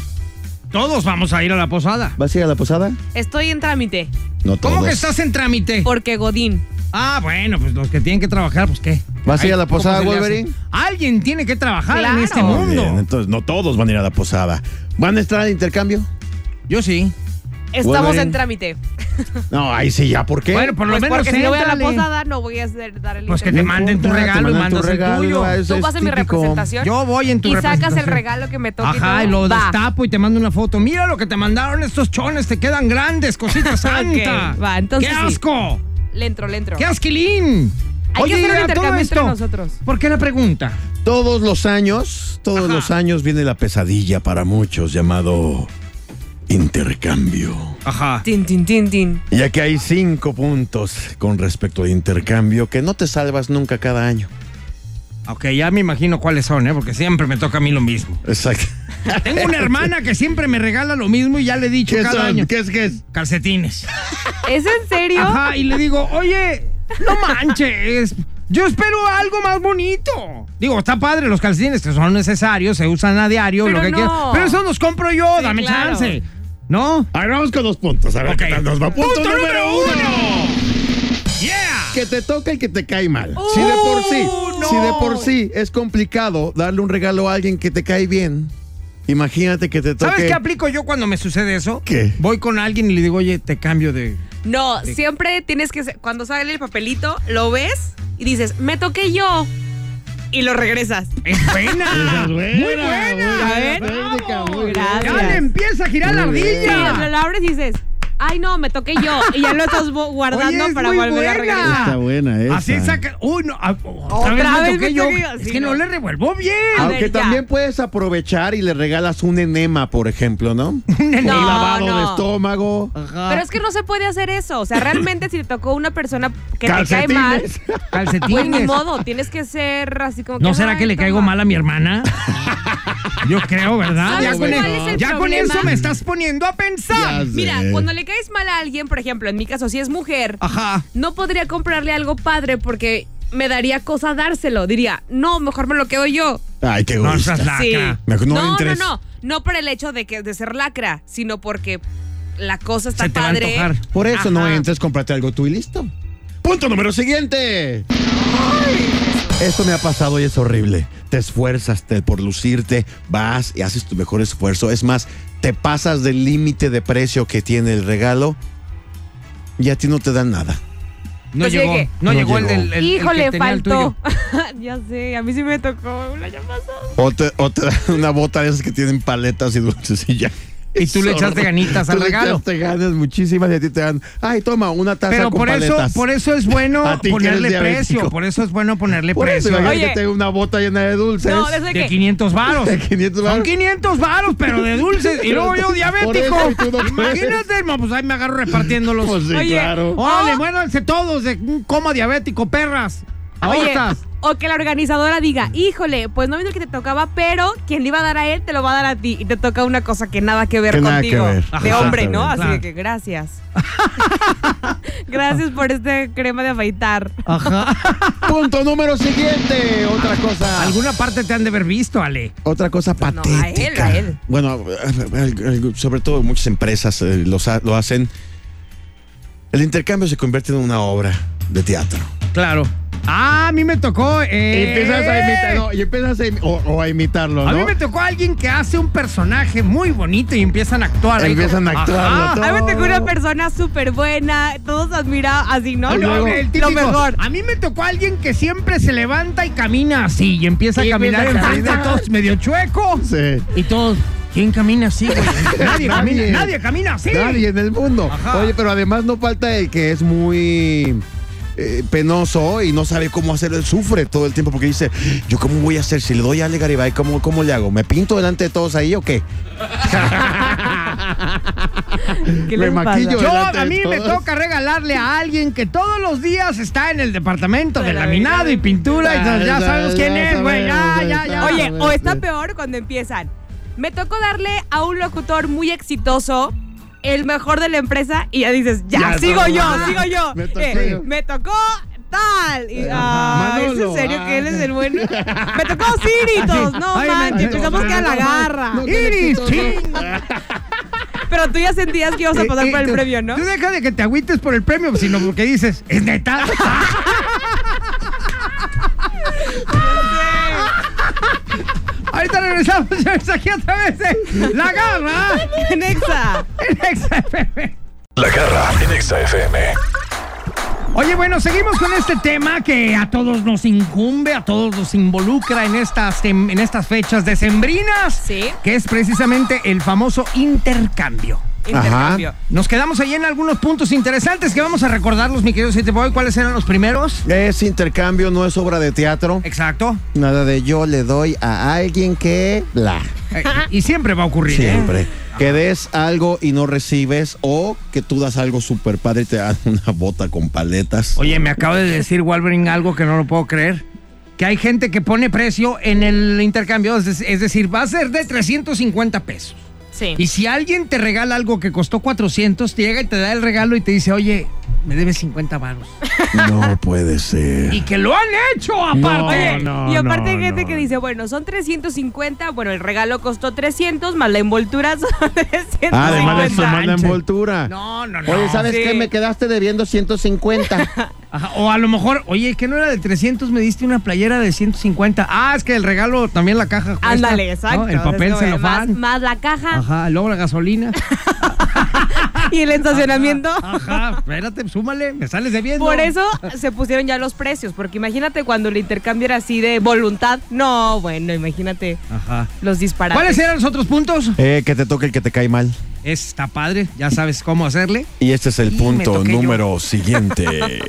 Speaker 1: Todos vamos a ir a la posada.
Speaker 2: ¿Vas a ir a la posada?
Speaker 4: Estoy en trámite.
Speaker 2: No
Speaker 1: ¿Cómo
Speaker 2: todos.
Speaker 1: que estás en trámite?
Speaker 4: Porque Godín.
Speaker 1: Ah, bueno, pues los que tienen que trabajar, pues qué.
Speaker 2: ¿Vas a ir a
Speaker 1: Ay,
Speaker 2: la
Speaker 1: ¿cómo
Speaker 2: posada,
Speaker 1: se le hace?
Speaker 2: Wolverine?
Speaker 1: Alguien tiene que trabajar
Speaker 4: Claro.
Speaker 1: en este
Speaker 4: Muy
Speaker 2: Muy
Speaker 1: mundo.
Speaker 2: bien, entonces no todos van a ir a la posada. ¿Van a estar al intercambio?
Speaker 1: Yo sí.
Speaker 4: Estamos
Speaker 2: Wolverine.
Speaker 4: en trámite.
Speaker 2: No, ahí sí ya, ¿por qué?
Speaker 1: Bueno, por lo
Speaker 4: Pues
Speaker 1: menos
Speaker 4: porque si no voy a la
Speaker 1: éntrale.
Speaker 4: posada, no voy a hacer, dar el
Speaker 1: Pues que
Speaker 4: internet.
Speaker 1: te manden tu
Speaker 2: importa, te
Speaker 1: regalo,
Speaker 2: mandan tu
Speaker 1: mandas el
Speaker 2: regalo,
Speaker 1: tuyo.
Speaker 2: es-
Speaker 4: Tú
Speaker 2: es
Speaker 4: vas a mi
Speaker 2: típico.
Speaker 4: representación.
Speaker 1: Yo voy en tu
Speaker 4: Y sacas el
Speaker 1: representación.
Speaker 4: regalo que me toca.
Speaker 1: Ajá, y lo destapo y te mando una foto. Mira lo que te mandaron estos chones, te quedan grandes, cositas santa.
Speaker 4: Ok, va, entonces
Speaker 1: ¡Qué
Speaker 4: sí.
Speaker 1: asco!
Speaker 4: Le entro, le entro.
Speaker 1: ¡Qué asquilín!
Speaker 4: Hay que hacer un
Speaker 1: y a
Speaker 4: intercambio entre nosotros.
Speaker 1: ¿Por qué la pregunta?
Speaker 2: Todos los años, todos los años viene la pesadilla para muchos llamado intercambio.
Speaker 1: Ajá.
Speaker 4: Tin, tin, tin, tin.
Speaker 2: Ya que hay cinco puntos con respecto al intercambio que no te salvas nunca cada año.
Speaker 1: Ok, ya me imagino cuáles son, ¿eh? Porque siempre me toca a mí lo mismo.
Speaker 2: Exacto.
Speaker 1: Tengo una hermana que siempre me regala lo mismo y ya le he dicho cada año.
Speaker 2: es? ¿Qué es?
Speaker 1: Calcetines.
Speaker 4: ¿Es en serio?
Speaker 1: Ajá, y le digo, oye, no manches. Yo espero algo más bonito. Digo, está padre, los calcetines que son necesarios, se usan a diario,
Speaker 4: Pero
Speaker 1: lo que
Speaker 4: no.
Speaker 1: quieras. Pero eso los compro yo,
Speaker 4: Sí,
Speaker 1: dame
Speaker 4: claro.
Speaker 1: chance. ¿No?
Speaker 2: A ver, vamos con dos puntos. A ver,
Speaker 1: Ok.
Speaker 2: ¿qué tal nos va? Punto, número uno.
Speaker 1: ¡Yeah!
Speaker 2: Que te toca y que te cae mal. si de por sí,
Speaker 1: Uh, no.
Speaker 2: si de por sí es complicado darle un regalo a alguien que te cae bien, imagínate que te toque.
Speaker 1: ¿Sabes qué aplico yo cuando me sucede eso?
Speaker 2: ¿Qué?
Speaker 1: Voy con alguien y le digo, oye, te cambio de.
Speaker 4: No, siempre tienes que. ser- Cuando sale el papelito, lo ves y dices, me toqué yo. Y lo regresas.
Speaker 1: ¡Es buena! ¡Muy buena!
Speaker 4: A ver. Bravo,
Speaker 1: ¡Ya le
Speaker 4: Gracias.
Speaker 1: empieza a girar la
Speaker 4: Sí, lo,
Speaker 1: ardilla!
Speaker 4: lo abres y dices, ay, no, me toqué yo. Y ya lo estás bo- guardando
Speaker 1: Oye, es
Speaker 4: para
Speaker 1: muy
Speaker 4: volver a
Speaker 1: buena.
Speaker 4: regalar.
Speaker 1: Está
Speaker 2: buena
Speaker 1: Así saca. ¡Uy, no! ah, Otra,
Speaker 4: Otra
Speaker 1: vez, me
Speaker 4: vez me
Speaker 1: toqué yo.
Speaker 4: toqué yo,
Speaker 1: Es
Speaker 4: sí,
Speaker 1: que no.
Speaker 4: no.
Speaker 1: le revolvió bien.
Speaker 4: A
Speaker 2: Aunque
Speaker 4: ver, ya.
Speaker 2: también puedes aprovechar y le regalas un enema, por ejemplo, ¿no?
Speaker 1: Un
Speaker 4: No,
Speaker 2: un lavado de
Speaker 4: no.
Speaker 2: estómago.
Speaker 4: Pero es que no se puede hacer eso. O sea, realmente si te tocó una persona que te cae mal,
Speaker 2: Calcetines.
Speaker 4: pues ni
Speaker 1: Calcetines.
Speaker 4: modo, tienes que ser así como que.
Speaker 1: ¿No será que
Speaker 4: "Ay,
Speaker 1: le
Speaker 4: toma".
Speaker 1: caigo mal a mi hermana? Yo creo, ¿verdad?
Speaker 4: ¿Sabes
Speaker 1: Ya, con,
Speaker 4: cuál
Speaker 1: el-
Speaker 4: es el
Speaker 1: ya con
Speaker 4: problema?
Speaker 1: eso me estás poniendo a pensar.
Speaker 4: Mira,
Speaker 2: Sí.
Speaker 4: cuando le caes mal a alguien, por ejemplo, en mi caso, si es mujer,
Speaker 1: Ajá.
Speaker 4: no podría comprarle algo padre porque me daría cosa dárselo. Diría, no, mejor me lo quedo yo.
Speaker 2: Ay, qué
Speaker 1: No
Speaker 2: egoísta.
Speaker 1: seas lacra.
Speaker 4: Sí.
Speaker 2: Me- no le
Speaker 4: No, no, no,
Speaker 2: interesa.
Speaker 4: no. por el hecho de que de ser lacra, sino porque la cosa está
Speaker 1: Se te va a
Speaker 4: padre.
Speaker 1: antojar.
Speaker 2: Por eso no
Speaker 4: Ajá.
Speaker 2: entres, cómprate algo tú y listo. Punto número siguiente. Esto me ha pasado y es horrible. Te esfuerzas te- por lucirte, vas y haces tu mejor esfuerzo. Es más, te pasas del límite de precio que tiene el regalo y a ti no te dan nada.
Speaker 1: No
Speaker 4: Así de
Speaker 1: llegó,
Speaker 4: que,
Speaker 1: no,
Speaker 2: No
Speaker 1: llegó, el
Speaker 2: llegó.
Speaker 1: del. el- el que
Speaker 4: Pues Híjole,
Speaker 1: tenía el
Speaker 4: faltó.
Speaker 1: tuyo.
Speaker 4: ya sé, a mí sí me tocó una llamada.
Speaker 2: O te- o te dan una bota de esas que tienen paletas y dulces y ya.
Speaker 1: Y tú le echaste ganitas al
Speaker 2: Tú le
Speaker 1: regalo.
Speaker 2: echaste ganas muchísimas y a ti te dan, ay, toma, una taza
Speaker 1: Pero
Speaker 2: con
Speaker 1: por eso,
Speaker 2: paletas.
Speaker 1: por eso es bueno
Speaker 2: A ti que eres
Speaker 1: ponerle
Speaker 2: diabético.
Speaker 1: precio. Por eso es bueno ponerle
Speaker 2: Por eso,
Speaker 1: precio.
Speaker 2: imagínate
Speaker 4: Oye.
Speaker 2: que tengo una bota llena de dulces.
Speaker 4: No, desde
Speaker 1: De
Speaker 4: que.
Speaker 1: 500 varos.
Speaker 2: De 500
Speaker 1: Son
Speaker 2: varos.
Speaker 1: 500 varos, pero de dulces. Y luego yo
Speaker 2: Por
Speaker 1: diabético.
Speaker 2: eso, y tú no puedes.
Speaker 1: Imagínate, no, pues ahí me agarro repartiéndolos.
Speaker 2: Pues sí,
Speaker 4: Oye.
Speaker 2: claro.
Speaker 1: Órale, muéranse todos de un coma diabético, perras.
Speaker 4: Oye,
Speaker 1: Ahortas.
Speaker 4: o que la organizadora diga, híjole, pues no vino el que te tocaba, pero quien le iba a dar a él te lo va a dar a ti. Y te toca una cosa que nada que ver
Speaker 2: Que nada
Speaker 4: contigo.
Speaker 2: que ver.
Speaker 4: De
Speaker 2: Ajá.
Speaker 4: hombre, ¿no? Así
Speaker 1: Exactamente.
Speaker 4: de que gracias. gracias por este crema de afeitar.
Speaker 2: Punto número siguiente. Otra cosa.
Speaker 1: Alguna parte te han de haber visto, Ale.
Speaker 2: Otra cosa
Speaker 4: a él, a
Speaker 2: patética.
Speaker 4: él.
Speaker 2: Bueno, eh, sobre todo muchas empresas eh, los ha- lo hacen. El intercambio se convierte en una obra de teatro.
Speaker 1: Claro. Ah, a mí me tocó. eh,
Speaker 2: imitarlo. Y empiezas a, imi- o, o a imitarlo,
Speaker 1: A mí
Speaker 2: ¿no?
Speaker 1: me tocó alguien que hace un personaje muy bonito y empiezan a actuar. ahí.
Speaker 2: Empiezan a actuarlo
Speaker 1: Ajá.
Speaker 2: todo.
Speaker 4: A mí me tocó una persona súper buena, todos admirados, así, ¿no?
Speaker 2: Ah,
Speaker 1: No, no,
Speaker 4: Lo-
Speaker 1: el
Speaker 4: lo
Speaker 1: típico,
Speaker 4: mejor.
Speaker 1: A mí me tocó alguien que siempre se levanta y camina así y empieza a
Speaker 2: Y
Speaker 1: caminar
Speaker 2: empieza a
Speaker 1: enfrente,
Speaker 2: caminar.
Speaker 1: todos medio chueco.
Speaker 2: Sí.
Speaker 1: Y todos, ¿quién camina así, güey? Nadie,
Speaker 2: Nadie.
Speaker 1: camina, nadie camina así.
Speaker 2: Nadie en el mundo.
Speaker 1: Ajá.
Speaker 2: Oye, pero además no falta el que es muy eh, penoso y no sabe cómo hacerlo. Él sufre todo el tiempo porque dice, ¿yo cómo voy a hacer? Si le doy a Ale Garibay, ¿cómo, cómo le hago? ¿Me pinto delante de todos ahí o qué?
Speaker 4: ¿Qué
Speaker 2: me
Speaker 4: les pasa?
Speaker 2: maquillo.
Speaker 1: Yo,
Speaker 2: delante
Speaker 1: a
Speaker 2: de
Speaker 1: mí me
Speaker 2: todos.
Speaker 1: toca regalarle a alguien que todos los días está en el departamento de
Speaker 4: De la
Speaker 1: laminado y
Speaker 4: vida.
Speaker 1: pintura y nos- ya
Speaker 2: Ya
Speaker 1: sabemos quién es, güey. Ya,
Speaker 2: sabemos,
Speaker 1: ya,
Speaker 2: ya
Speaker 1: ya.
Speaker 2: sabemos.
Speaker 4: Oye, o está
Speaker 2: sí.
Speaker 4: peor cuando empiezan. Me tocó darle a un locutor muy exitoso, el mejor de la empresa, y ya dices, ya,
Speaker 2: Ya,
Speaker 4: sigo
Speaker 2: no,
Speaker 4: yo,
Speaker 2: ah,
Speaker 4: sigo yo.
Speaker 2: me tocó
Speaker 4: Eh,
Speaker 2: yo.
Speaker 4: me tocó tal. Y, ah, ¿Es en
Speaker 2: Manolo,
Speaker 4: serio
Speaker 2: ah,
Speaker 4: que él es el bueno? me tocó
Speaker 1: Ay,
Speaker 4: Ciritos. No
Speaker 1: ay, me
Speaker 4: manches,
Speaker 1: tocó,
Speaker 4: pensamos
Speaker 1: me
Speaker 4: que a la
Speaker 2: tocó,
Speaker 4: garra.
Speaker 2: no,
Speaker 1: Iris, sí.
Speaker 4: Pero tú ya sentías que ibas a pasar
Speaker 1: Eh,
Speaker 4: por
Speaker 1: eh,
Speaker 4: el
Speaker 1: tú-
Speaker 4: premio, ¿no?
Speaker 1: Tú deja de que te agüites por el premio, sino porque dices, es neta.
Speaker 2: eh,
Speaker 1: Ahorita regresamos señores, aquí a través de La Garra
Speaker 2: eh.
Speaker 4: Nexa.
Speaker 1: en XFM.
Speaker 3: La garra en Exa FM.
Speaker 1: Oye, bueno, seguimos con este tema que a todos nos incumbe, a todos nos involucra en estas, tem- en estas fechas decembrinas.
Speaker 4: Sí.
Speaker 1: Que es precisamente el famoso intercambio.
Speaker 4: Intercambio.
Speaker 1: Nos quedamos ahí en algunos puntos interesantes que vamos a recordarlos, mi querido Siete Boy. ¿Cuáles eran los primeros?
Speaker 2: Es intercambio, no es obra de teatro.
Speaker 1: Exacto.
Speaker 2: Nada de yo le doy a alguien que bla.
Speaker 1: Eh, y siempre va a ocurrir. ¿eh?
Speaker 2: Siempre. Que des algo y no recibes, o que tú das algo super padre y te dan una bota con paletas.
Speaker 1: Oye, me acaba de decir Wolverine algo que no lo puedo creer. Que hay gente que pone precio en el intercambio. Es, de- es decir, va a ser de 350 pesos.
Speaker 4: Sí.
Speaker 1: Y si alguien te regala algo que costó 400, te llega y te da el regalo y te dice, oye, me debes 50 varos.
Speaker 2: No puede ser.
Speaker 1: Y que lo han hecho aparte.
Speaker 4: Oye, y aparte hay gente que dice, bueno, son 350, bueno, el regalo costó 300, más la envoltura son 350.
Speaker 2: Ah, además le
Speaker 1: No
Speaker 2: suman la
Speaker 1: manches.
Speaker 2: envoltura.
Speaker 1: No, no, no.
Speaker 2: Oye, ¿sabes
Speaker 4: Sí.
Speaker 2: qué? Me quedaste debiendo 150.
Speaker 1: Ajá, o a lo mejor, oye, que no era de 300, me diste una playera de 150. Ah, es que el regalo también la caja. cuesta,
Speaker 4: Ándale,
Speaker 1: ¿no?
Speaker 4: exacto.
Speaker 1: El papel
Speaker 4: Es como,
Speaker 1: celofán.
Speaker 4: Más, más la caja
Speaker 1: Ajá, luego la gasolina.
Speaker 4: y el estacionamiento.
Speaker 1: Ajá, espérate, súmale, me sales debiendo.
Speaker 4: Por eso se pusieron ya los precios, porque imagínate cuando el intercambio era así de voluntad. No, bueno, imagínate
Speaker 1: Ajá.
Speaker 4: los disparates.
Speaker 1: ¿Cuáles eran los otros puntos?
Speaker 2: Eh, que te toque el que te cae mal.
Speaker 1: Está padre, ya sabes cómo hacerle.
Speaker 2: Y este es
Speaker 1: Y
Speaker 2: el
Speaker 1: me
Speaker 2: punto
Speaker 1: toqué yo.
Speaker 2: número siguiente.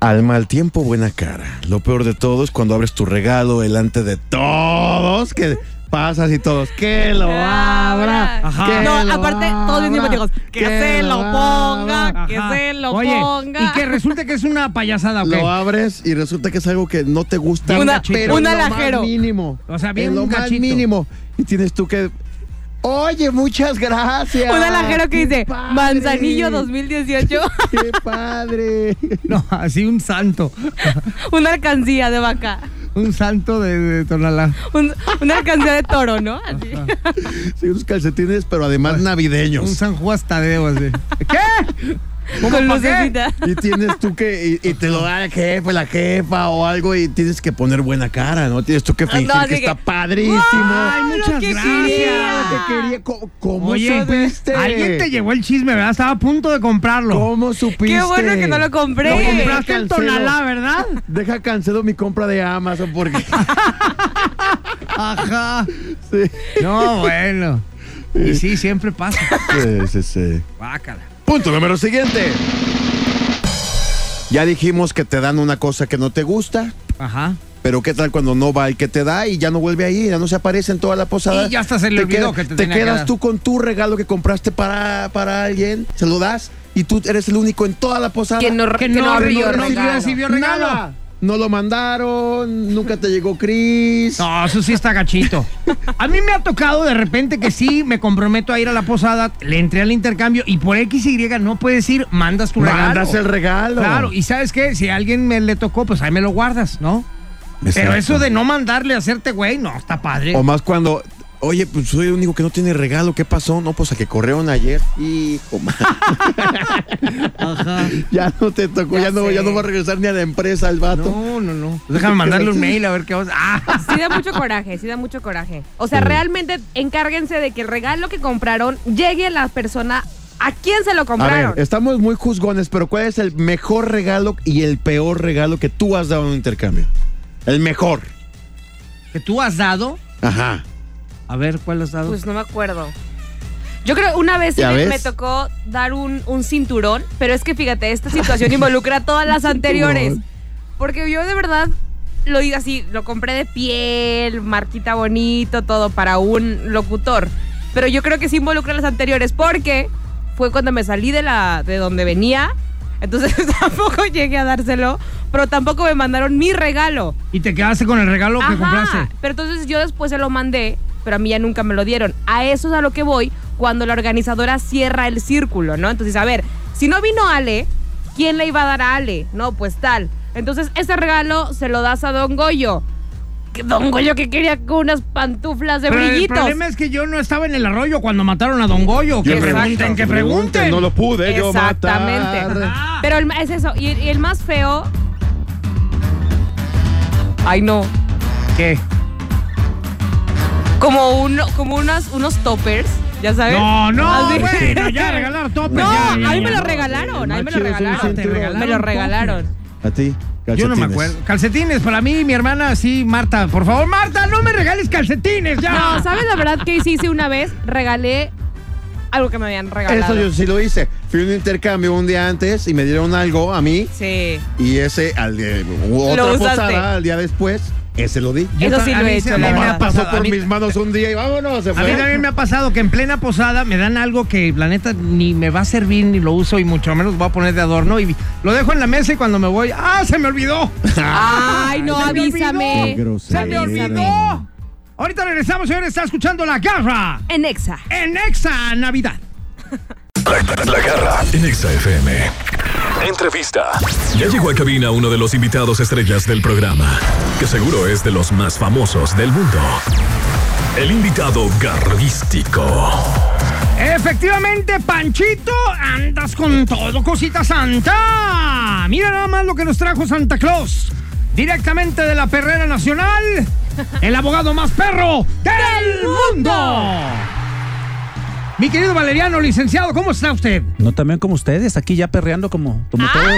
Speaker 2: Al mal tiempo, buena cara. Lo peor de todo es cuando abres tu regalo delante de todos, que pasas y todos. ¡Que lo abra!
Speaker 4: Ajá.
Speaker 2: que
Speaker 4: No,
Speaker 2: lo
Speaker 4: aparte,
Speaker 2: abra,
Speaker 4: todos mis simpáticos, que se lo ponga. Que se lo
Speaker 1: Oye,
Speaker 4: ponga.
Speaker 1: Y que resulta que es una payasada, ¿ok?
Speaker 2: Lo abres y resulta que es algo que no te gusta.
Speaker 4: Una-
Speaker 2: pero
Speaker 4: un
Speaker 2: en lo
Speaker 4: alajero.
Speaker 2: más mínimo.
Speaker 1: O sea, bien
Speaker 2: en lo más
Speaker 1: gachito.
Speaker 2: mínimo. Y tienes tú que. Oye, muchas gracias.
Speaker 4: Un alajero
Speaker 2: Qué
Speaker 4: que dice
Speaker 2: padre.
Speaker 4: Manzanillo 2018,
Speaker 2: ¡Qué padre!
Speaker 1: No, así un santo.
Speaker 4: una alcancía de vaca,
Speaker 1: Un santo de, de Tonalá.
Speaker 4: un- una alcancía de toro, ¿no? Así.
Speaker 2: Sí, unos calcetines, pero además navideños.
Speaker 1: Un San Juan Tadeo, así. ¿Qué?
Speaker 4: Con
Speaker 1: ¿Para qué?
Speaker 4: lucecita.
Speaker 2: Y tienes tú que, y, y te lo da el jefe, la jefa o algo, y tienes que poner buena cara, Ah, ¿no? Tienes tú que fingir
Speaker 4: así
Speaker 2: que,
Speaker 4: que,
Speaker 2: está padrísimo.
Speaker 1: Ay,
Speaker 4: lo
Speaker 1: muchas
Speaker 4: que
Speaker 1: gracias.
Speaker 4: quería.
Speaker 2: Lo que quería, ¿cómo, cómo
Speaker 1: Oye,
Speaker 2: supiste?
Speaker 1: alguien te llegó el chisme, ¿verdad? Estaba a punto de comprarlo.
Speaker 2: ¿Cómo supiste?
Speaker 4: Qué bueno que no lo compré.
Speaker 1: Lo
Speaker 4: Eh,
Speaker 1: compraste en
Speaker 2: cancelo.
Speaker 1: Tonalá, ¿verdad?
Speaker 2: Deja cancelo mi compra de Amazon porque.
Speaker 1: Ajá.
Speaker 2: sí,
Speaker 1: No, bueno. Y sí, siempre pasa.
Speaker 2: sí, sí, sí.
Speaker 1: Bácala.
Speaker 2: Punto número siguiente. Ya dijimos que te dan una cosa que no te gusta,
Speaker 1: Ajá.
Speaker 2: pero qué tal cuando no va el que te da y ya no vuelve ahí, ya no se aparece en toda la posada.
Speaker 1: Y ya hasta se le olvidó que te tenía que
Speaker 2: quedas
Speaker 1: dar.
Speaker 2: tú con tu regalo que compraste para, para alguien, se lo das y tú eres el único en toda la posada.
Speaker 4: Que no, que no,
Speaker 1: no,
Speaker 4: abrió
Speaker 1: no, no,
Speaker 4: regalo.
Speaker 1: recibió regalo.
Speaker 2: Nada. No lo mandaron, nunca te llegó Chris.
Speaker 1: No, eso sí está gachito. A mí me ha tocado de repente que sí me comprometo a ir a la posada, le entré al intercambio y por X y no puedes ir, mandas tu regalo.
Speaker 2: Mandas el regalo.
Speaker 1: Claro, y ¿sabes qué? Si a alguien me le tocó, pues ahí me lo guardas, ¿no? Pero
Speaker 2: Exacto.
Speaker 1: eso de no mandarle a hacerte güey, no, está padre.
Speaker 2: O más cuando, oye, pues soy el único que no tiene regalo, ¿qué pasó? No, pues a que corrieron ayer. Hijo, man.
Speaker 1: Ajá.
Speaker 2: ya no te tocó, ya,
Speaker 4: Ya
Speaker 2: no,
Speaker 4: sé.
Speaker 2: ya no va a regresar ni a la empresa el vato.
Speaker 1: No, no, no. Déjame mandarle un mail a ver qué onda. Ah,
Speaker 4: Sí da mucho coraje, sí da mucho coraje. O
Speaker 2: Mm.
Speaker 4: sea, realmente encárguense de que el regalo que compraron llegue a la persona a quien se lo
Speaker 2: A
Speaker 4: compraron.
Speaker 2: ver, estamos muy juzgones, pero ¿cuál es el mejor regalo y el peor regalo que tú has dado en un intercambio? El mejor.
Speaker 1: que tú has dado.
Speaker 2: Ajá.
Speaker 1: A ver, ¿cuál has dado?
Speaker 4: Pues no me acuerdo. Yo creo una vez sí
Speaker 2: ¿Ya
Speaker 4: me,
Speaker 2: ves?
Speaker 4: me tocó dar un, un cinturón, pero es que fíjate, esta situación involucra a todas las anteriores. Porque yo de verdad lo hice así, lo compré de piel, marquita bonito, todo para un locutor. Pero yo creo que sí involucra a las anteriores porque fue cuando me salí de la de donde venía. Entonces tampoco llegué a dárselo, pero tampoco me mandaron mi regalo.
Speaker 1: Y te quedaste con el regalo que
Speaker 4: Ajá,
Speaker 1: compraste.
Speaker 4: Pero entonces yo después se lo mandé, pero a mí ya nunca me lo dieron. A eso es a lo que voy cuando la organizadora cierra el círculo, ¿no? Entonces, a ver, si no vino Ale, ¿quién le iba a dar a Ale? No, pues tal. Entonces, ese regalo se lo das a Don Goyo. Que Don Goyo que quería con unas pantuflas de
Speaker 1: Pero el
Speaker 4: brillitos.
Speaker 1: problema es que yo no estaba en el arroyo cuando mataron a Don Goyo. Que
Speaker 4: Yo
Speaker 1: pregunten,
Speaker 4: pregunto,
Speaker 1: que pregunten.
Speaker 2: No lo pude yo
Speaker 4: Exactamente.
Speaker 2: matar.
Speaker 1: Ah.
Speaker 4: Pero el ma- es eso. Y, y el más feo. Ay, no.
Speaker 1: ¿Qué?
Speaker 4: Como, uno, como unas, unos toppers, ya sabes.
Speaker 1: No, no,
Speaker 4: Así.
Speaker 1: bueno, ya regalar topes.
Speaker 4: No,
Speaker 1: ya, ya,
Speaker 4: a mí me
Speaker 1: ya.
Speaker 4: lo regalaron, a mí me
Speaker 2: Machi,
Speaker 4: lo
Speaker 2: es un
Speaker 4: regalaron.
Speaker 2: cinturón.
Speaker 4: Me lo regalaron.
Speaker 2: A ti,
Speaker 1: Yo no me
Speaker 2: calcetines.
Speaker 1: acuerdo. Calcetines, para mí, mi hermana, sí, Marta. Por favor, Marta, no me regales calcetines, ya.
Speaker 4: No, ¿sabes la verdad que sí hice una vez? Regalé algo que me habían
Speaker 2: Eso
Speaker 4: regalado.
Speaker 2: yo sí lo hice. Fui a un intercambio un día antes y me dieron algo a mí
Speaker 4: Sí.
Speaker 2: y ese al de otra
Speaker 4: Lo usaste.
Speaker 2: posada al día después, ese lo di.
Speaker 4: Eso
Speaker 1: ta-
Speaker 4: sí
Speaker 1: a
Speaker 4: lo
Speaker 1: mí
Speaker 4: he
Speaker 1: se
Speaker 4: hecho,
Speaker 1: me
Speaker 4: la
Speaker 1: ha
Speaker 4: verdad.
Speaker 2: Pasó
Speaker 1: pasado. A
Speaker 2: por
Speaker 1: mí-
Speaker 2: mis ¿eh? manos un día y vámonos, se
Speaker 1: A mí
Speaker 2: fue.
Speaker 1: también me ha pasado que en plena posada me dan algo que la neta ni me va a servir ni lo uso y mucho menos voy a poner de adorno y lo dejo en la mesa y cuando me voy, ¡ah, se me olvidó!
Speaker 4: Ay, no,
Speaker 1: Ah, Se me
Speaker 4: avísame.
Speaker 2: olvidó.
Speaker 1: ¡Se me
Speaker 2: Grosera.
Speaker 1: olvidó! Ahorita regresamos, señores, está escuchando La Garra
Speaker 4: En Exa.
Speaker 1: en Exa Navidad.
Speaker 3: La garra en Exa FM. Entrevista. Ya llegó a cabina uno de los invitados estrellas del programa, que seguro es de los más famosos del mundo. El invitado garrístico.
Speaker 1: Efectivamente, Panchito, andas con todo, cosita santa. Mira nada más lo que nos trajo Santa Claus. Directamente de la Perrera Nacional, el abogado más perro del mundo. Mi querido Valeriano, licenciado, ¿cómo está usted? Ah,
Speaker 8: No también como ustedes, aquí ya perreando como, como todos.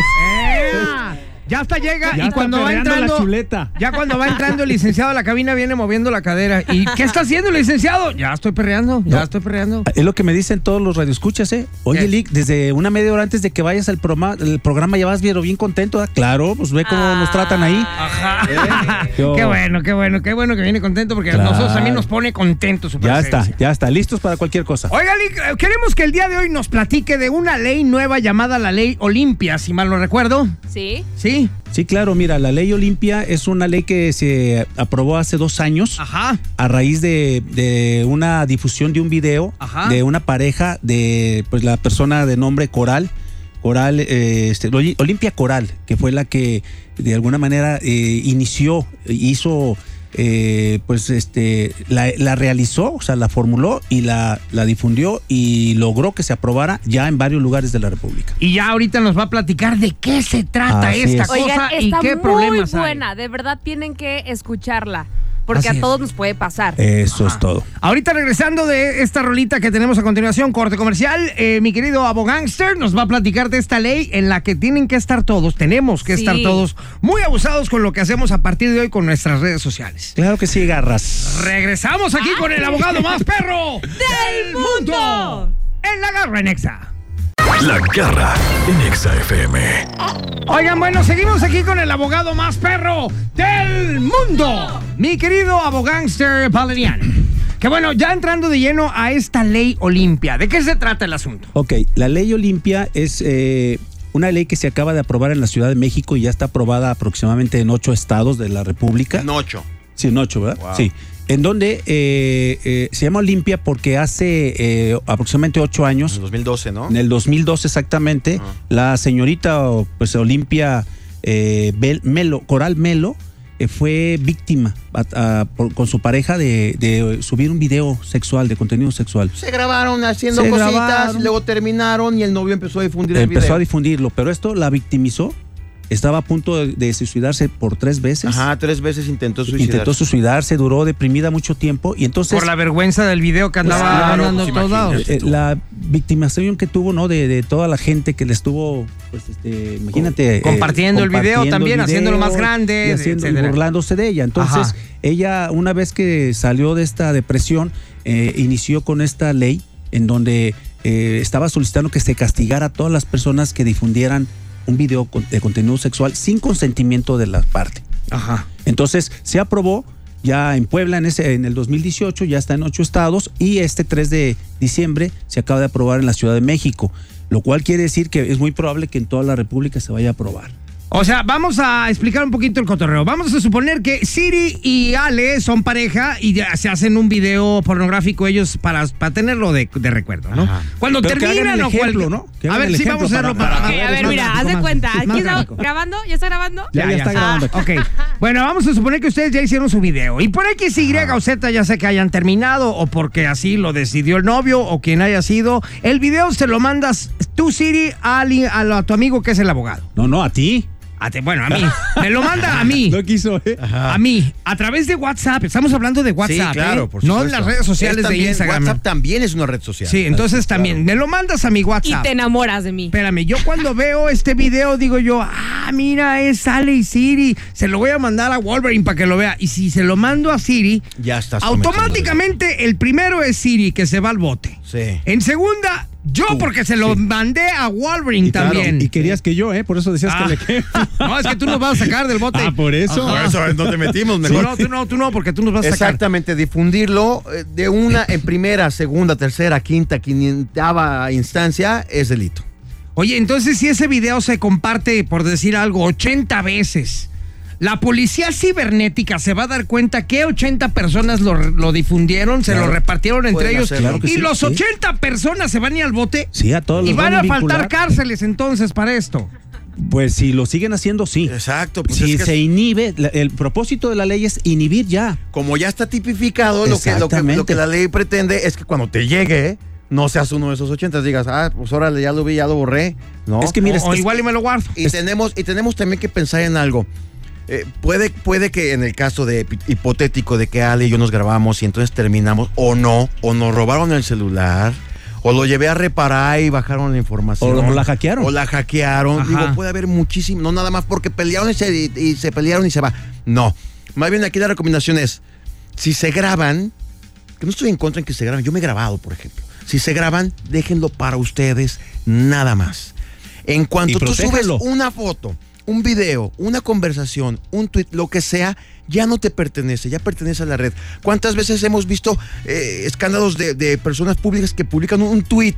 Speaker 1: Ya hasta llega
Speaker 8: Ya
Speaker 1: y
Speaker 8: está
Speaker 1: cuando va
Speaker 8: perreando la
Speaker 1: entrando.
Speaker 8: chuleta.
Speaker 1: Ya cuando va entrando el licenciado a la cabina viene moviendo la cadera. ¿Y qué está haciendo, licenciado? Ya estoy perreando, ya
Speaker 8: No.
Speaker 1: estoy perreando.
Speaker 8: Es lo que me dicen todos los radioescuchas, ¿eh? Oye,
Speaker 1: ¿Qué?
Speaker 8: Lick, desde una media hora antes de que vayas al programa, el programa ya vas pero bien contento. ¿ah? Claro, pues ve cómo nos tratan ahí.
Speaker 4: Ah.
Speaker 1: Ajá.
Speaker 8: Yo-
Speaker 1: Qué bueno, qué bueno, qué bueno que viene contento porque a
Speaker 8: Claro.
Speaker 1: nosotros también nos pone contentos su
Speaker 8: Ya está,
Speaker 1: presencia.
Speaker 8: ya está, listos para cualquier cosa.
Speaker 1: Oiga, Lick, eh, queremos que el día de hoy nos platique de una ley nueva llamada la Ley Olimpia, si mal no recuerdo.
Speaker 4: ¿Sí?
Speaker 1: ¿Sí?
Speaker 8: Sí, claro, mira, la ley Olimpia es una ley que se aprobó hace dos años.
Speaker 1: Ajá.
Speaker 8: a raíz de, de una difusión de un video
Speaker 1: Ajá.
Speaker 8: de una pareja de pues la persona de nombre Coral Coral eh, este, Oli- Olimpia Coral que fue la que de alguna manera eh, inició hizo eh, pues este, la, la realizó, o sea, la formuló y la, la difundió y logró que se aprobara ya en varios lugares de la República.
Speaker 1: Y ya ahorita nos va a platicar de qué se trata
Speaker 8: Así
Speaker 1: esta
Speaker 8: es.
Speaker 1: cosa
Speaker 4: Oigan,
Speaker 1: y
Speaker 4: está
Speaker 1: qué
Speaker 4: muy
Speaker 1: problemas hay.
Speaker 4: buena. De verdad tienen que escucharla. Porque
Speaker 8: Así
Speaker 4: a
Speaker 8: es. Eh,
Speaker 4: todos nos puede pasar.
Speaker 8: Eso es todo.
Speaker 1: Ahorita regresando de esta rolita que tenemos a continuación, corte comercial, eh, mi querido abogánster nos va a platicar de esta ley en la que tienen que estar todos, tenemos que
Speaker 4: Sí.
Speaker 1: estar todos muy abusados con lo que hacemos a partir de hoy con nuestras redes sociales.
Speaker 8: Claro que sí, garras.
Speaker 1: Regresamos aquí con el abogado más perro
Speaker 4: ¡Del mundo!
Speaker 1: en la garra en Exa.
Speaker 3: La garra en Exa FM.
Speaker 1: Oigan, bueno, seguimos aquí con el abogado más perro del mundo, mi querido abogánster Valerian. Que bueno, ya entrando de lleno a esta ley Olimpia, ¿de qué se trata el asunto?
Speaker 8: Ok, la ley Olimpia es eh, una ley que se acaba de aprobar en la Ciudad de México y ya está aprobada aproximadamente en ocho estados de la República.
Speaker 9: En ocho.
Speaker 8: Sí, en ocho, ¿verdad?
Speaker 9: Wow.
Speaker 8: Sí. En donde eh, eh, se llama Olimpia porque hace eh, aproximadamente ocho
Speaker 9: En el
Speaker 8: años,
Speaker 9: 2012, ¿no?
Speaker 8: en el 2012 exactamente,
Speaker 9: Ah.
Speaker 8: la señorita o, pues, Olimpia eh, Bel- Melo, Coral Melo eh, fue víctima a- a- por- con su pareja de, de subir un video sexual, de contenido sexual.
Speaker 9: Se grabaron haciendo
Speaker 8: Se
Speaker 9: cositas,
Speaker 8: grabaron.
Speaker 9: luego terminaron y el novio empezó a difundir el
Speaker 8: Empezó
Speaker 9: video.
Speaker 8: a difundirlo, pero esto la victimizó. Estaba a punto de, de suicidarse por tres veces.
Speaker 9: Ajá, tres veces intentó suicidarse.
Speaker 8: Intentó suicidarse, duró deprimida mucho tiempo y entonces
Speaker 1: Por la vergüenza del video que andaba
Speaker 8: Claro,
Speaker 1: andando en todos lados.
Speaker 8: Eh, la victimización que tuvo, ¿no? De, de toda la gente que le estuvo, pues, este, imagínate.
Speaker 1: Compartiendo el video también, haciéndolo más grande,
Speaker 8: y haciendo- y
Speaker 1: etcétera.
Speaker 8: burlándose de ella. Entonces,
Speaker 1: Ajá.
Speaker 8: ella, una vez que salió de esta depresión, eh, inició con esta ley en donde eh, estaba solicitando que se castigara a todas las personas que difundieran un video con- de contenido sexual sin consentimiento de la parte.
Speaker 1: Ajá.
Speaker 8: Entonces se aprobó ya en Puebla en, ese, en el 2018, ya está en ocho estados y este 3 de diciembre se acaba de aprobar en la Ciudad de México, lo cual quiere decir que es muy probable que en toda la República se vaya a aprobar.
Speaker 1: O sea, vamos a explicar un poquito el cotorreo. Vamos a suponer que Siri y Ale son pareja y ya se hacen un video pornográfico ellos para, para tenerlo de, de recuerdo, ¿no?
Speaker 8: Ajá.
Speaker 1: Cuando
Speaker 8: Pero que
Speaker 1: terminan
Speaker 8: hagan el
Speaker 1: o
Speaker 8: ejemplo,
Speaker 1: cualquier-
Speaker 8: ¿no? Que
Speaker 1: A
Speaker 8: hagan
Speaker 1: ver,
Speaker 8: el
Speaker 1: sí,
Speaker 8: ejemplo
Speaker 1: vamos a hacerlo
Speaker 8: para-
Speaker 1: para.
Speaker 4: Ok, Eh, a ver,
Speaker 8: más
Speaker 4: mira,
Speaker 8: gráfico,
Speaker 4: haz de
Speaker 8: más
Speaker 4: cuenta.
Speaker 8: gráfico,
Speaker 4: ¿Aquí
Speaker 8: más
Speaker 4: está
Speaker 8: gráfico.
Speaker 4: grabando? ¿Ya está grabando?
Speaker 8: Ya, ya está grabando aquí.
Speaker 1: Ok. Bueno, vamos a suponer que ustedes ya hicieron su video. Y por X, Y o Z, ya sea que hayan terminado o porque así lo decidió el novio o quien haya sido, el video se lo mandas tú, Siri, a, Ali- a lo- a tu amigo que es el abogado.
Speaker 8: No, no, a ti.
Speaker 1: A ti- bueno, a mí. Me lo manda a mí.
Speaker 8: quiso, ¿eh?
Speaker 1: A mí, a través de WhatsApp. Estamos hablando de WhatsApp. ¿eh? No en las redes sociales de Instagram. ¿eh?
Speaker 9: WhatsApp también es una red social.
Speaker 1: Sí, entonces también. Me lo mandas a mi
Speaker 4: Y
Speaker 1: WhatsApp.
Speaker 4: te enamoras de mí.
Speaker 1: Espérame, yo cuando veo este video digo yo, ah, mira, es Ale y Siri. Se lo voy a mandar a Wolverine para que lo vea. Y si se lo mando a Siri,
Speaker 9: Ya estás cometiendo
Speaker 1: automáticamente el primero es Siri, que se va al bote.
Speaker 9: Sí.
Speaker 1: En segunda, yo porque se lo mandé a Wolverine también.
Speaker 8: querías que yo, ¿eh? Por eso decías
Speaker 1: Ah. no, es que tú nos vas a sacar del bote.
Speaker 8: eso.
Speaker 9: Por eso eh, no te metimos,
Speaker 1: Sí,
Speaker 9: mejor.
Speaker 1: no, tú no, tú no, porque tú nos vas a sacar.
Speaker 2: Exactamente, difundirlo eh, de una en primera, segunda, tercera, quinta, quinientava instancia es delito.
Speaker 1: Oye, entonces si ese video se comparte, por decir algo, 80 veces, la policía cibernética se va a dar cuenta que 80 personas lo, lo difundieron, se lo repartieron entre
Speaker 2: Pueden
Speaker 1: ellos.
Speaker 2: hacerlo.
Speaker 8: Claro que
Speaker 1: y
Speaker 8: sí,
Speaker 1: los
Speaker 8: sí.
Speaker 1: 80 personas se van a ir al bote.
Speaker 8: Sí, a todos
Speaker 1: Y
Speaker 8: los
Speaker 1: van a faltar
Speaker 8: vincular.
Speaker 1: cárceles entonces para esto.
Speaker 8: Pues si lo siguen haciendo, sí.
Speaker 9: Exacto, pues
Speaker 8: si
Speaker 9: es que
Speaker 8: se inhibe, la- el propósito de la ley es inhibir ya.
Speaker 2: Como ya está tipificado, lo que, lo, que, lo
Speaker 8: Exactamente.
Speaker 2: que la ley pretende es que cuando te llegue, no seas uno de esos 80, digas, ah, pues órale, ya lo vi, ya lo borré. No.
Speaker 8: Es que mira,
Speaker 1: O- o
Speaker 8: es-
Speaker 1: igual y me lo guardo.
Speaker 2: Y tenemos, y tenemos también que pensar en algo. Eh, puede, puede que en el caso de pi- hipotético de que Ale y yo nos grabamos y entonces terminamos, o no, o nos robaron el celular, o lo llevé a reparar y bajaron la información.
Speaker 8: O la hackearon.
Speaker 2: O la hackearon.
Speaker 1: Ajá.
Speaker 2: Digo, puede haber muchísimo, no nada más porque pelearon y se, y- y se pelearon y se va. No. Más bien aquí la recomendación es, si se graban, que no estoy en contra en que se graben, yo me he grabado, por ejemplo. Si se graban, déjenlo para ustedes, nada más. En cuanto
Speaker 8: Y
Speaker 2: tú subes
Speaker 8: protéjanlo.
Speaker 2: una foto, un video, una conversación, un tweet, lo que sea, ya no te pertenece, ya pertenece a la red. ¿Cuántas veces hemos visto eh, escándalos de, de personas públicas que publican un, un tweet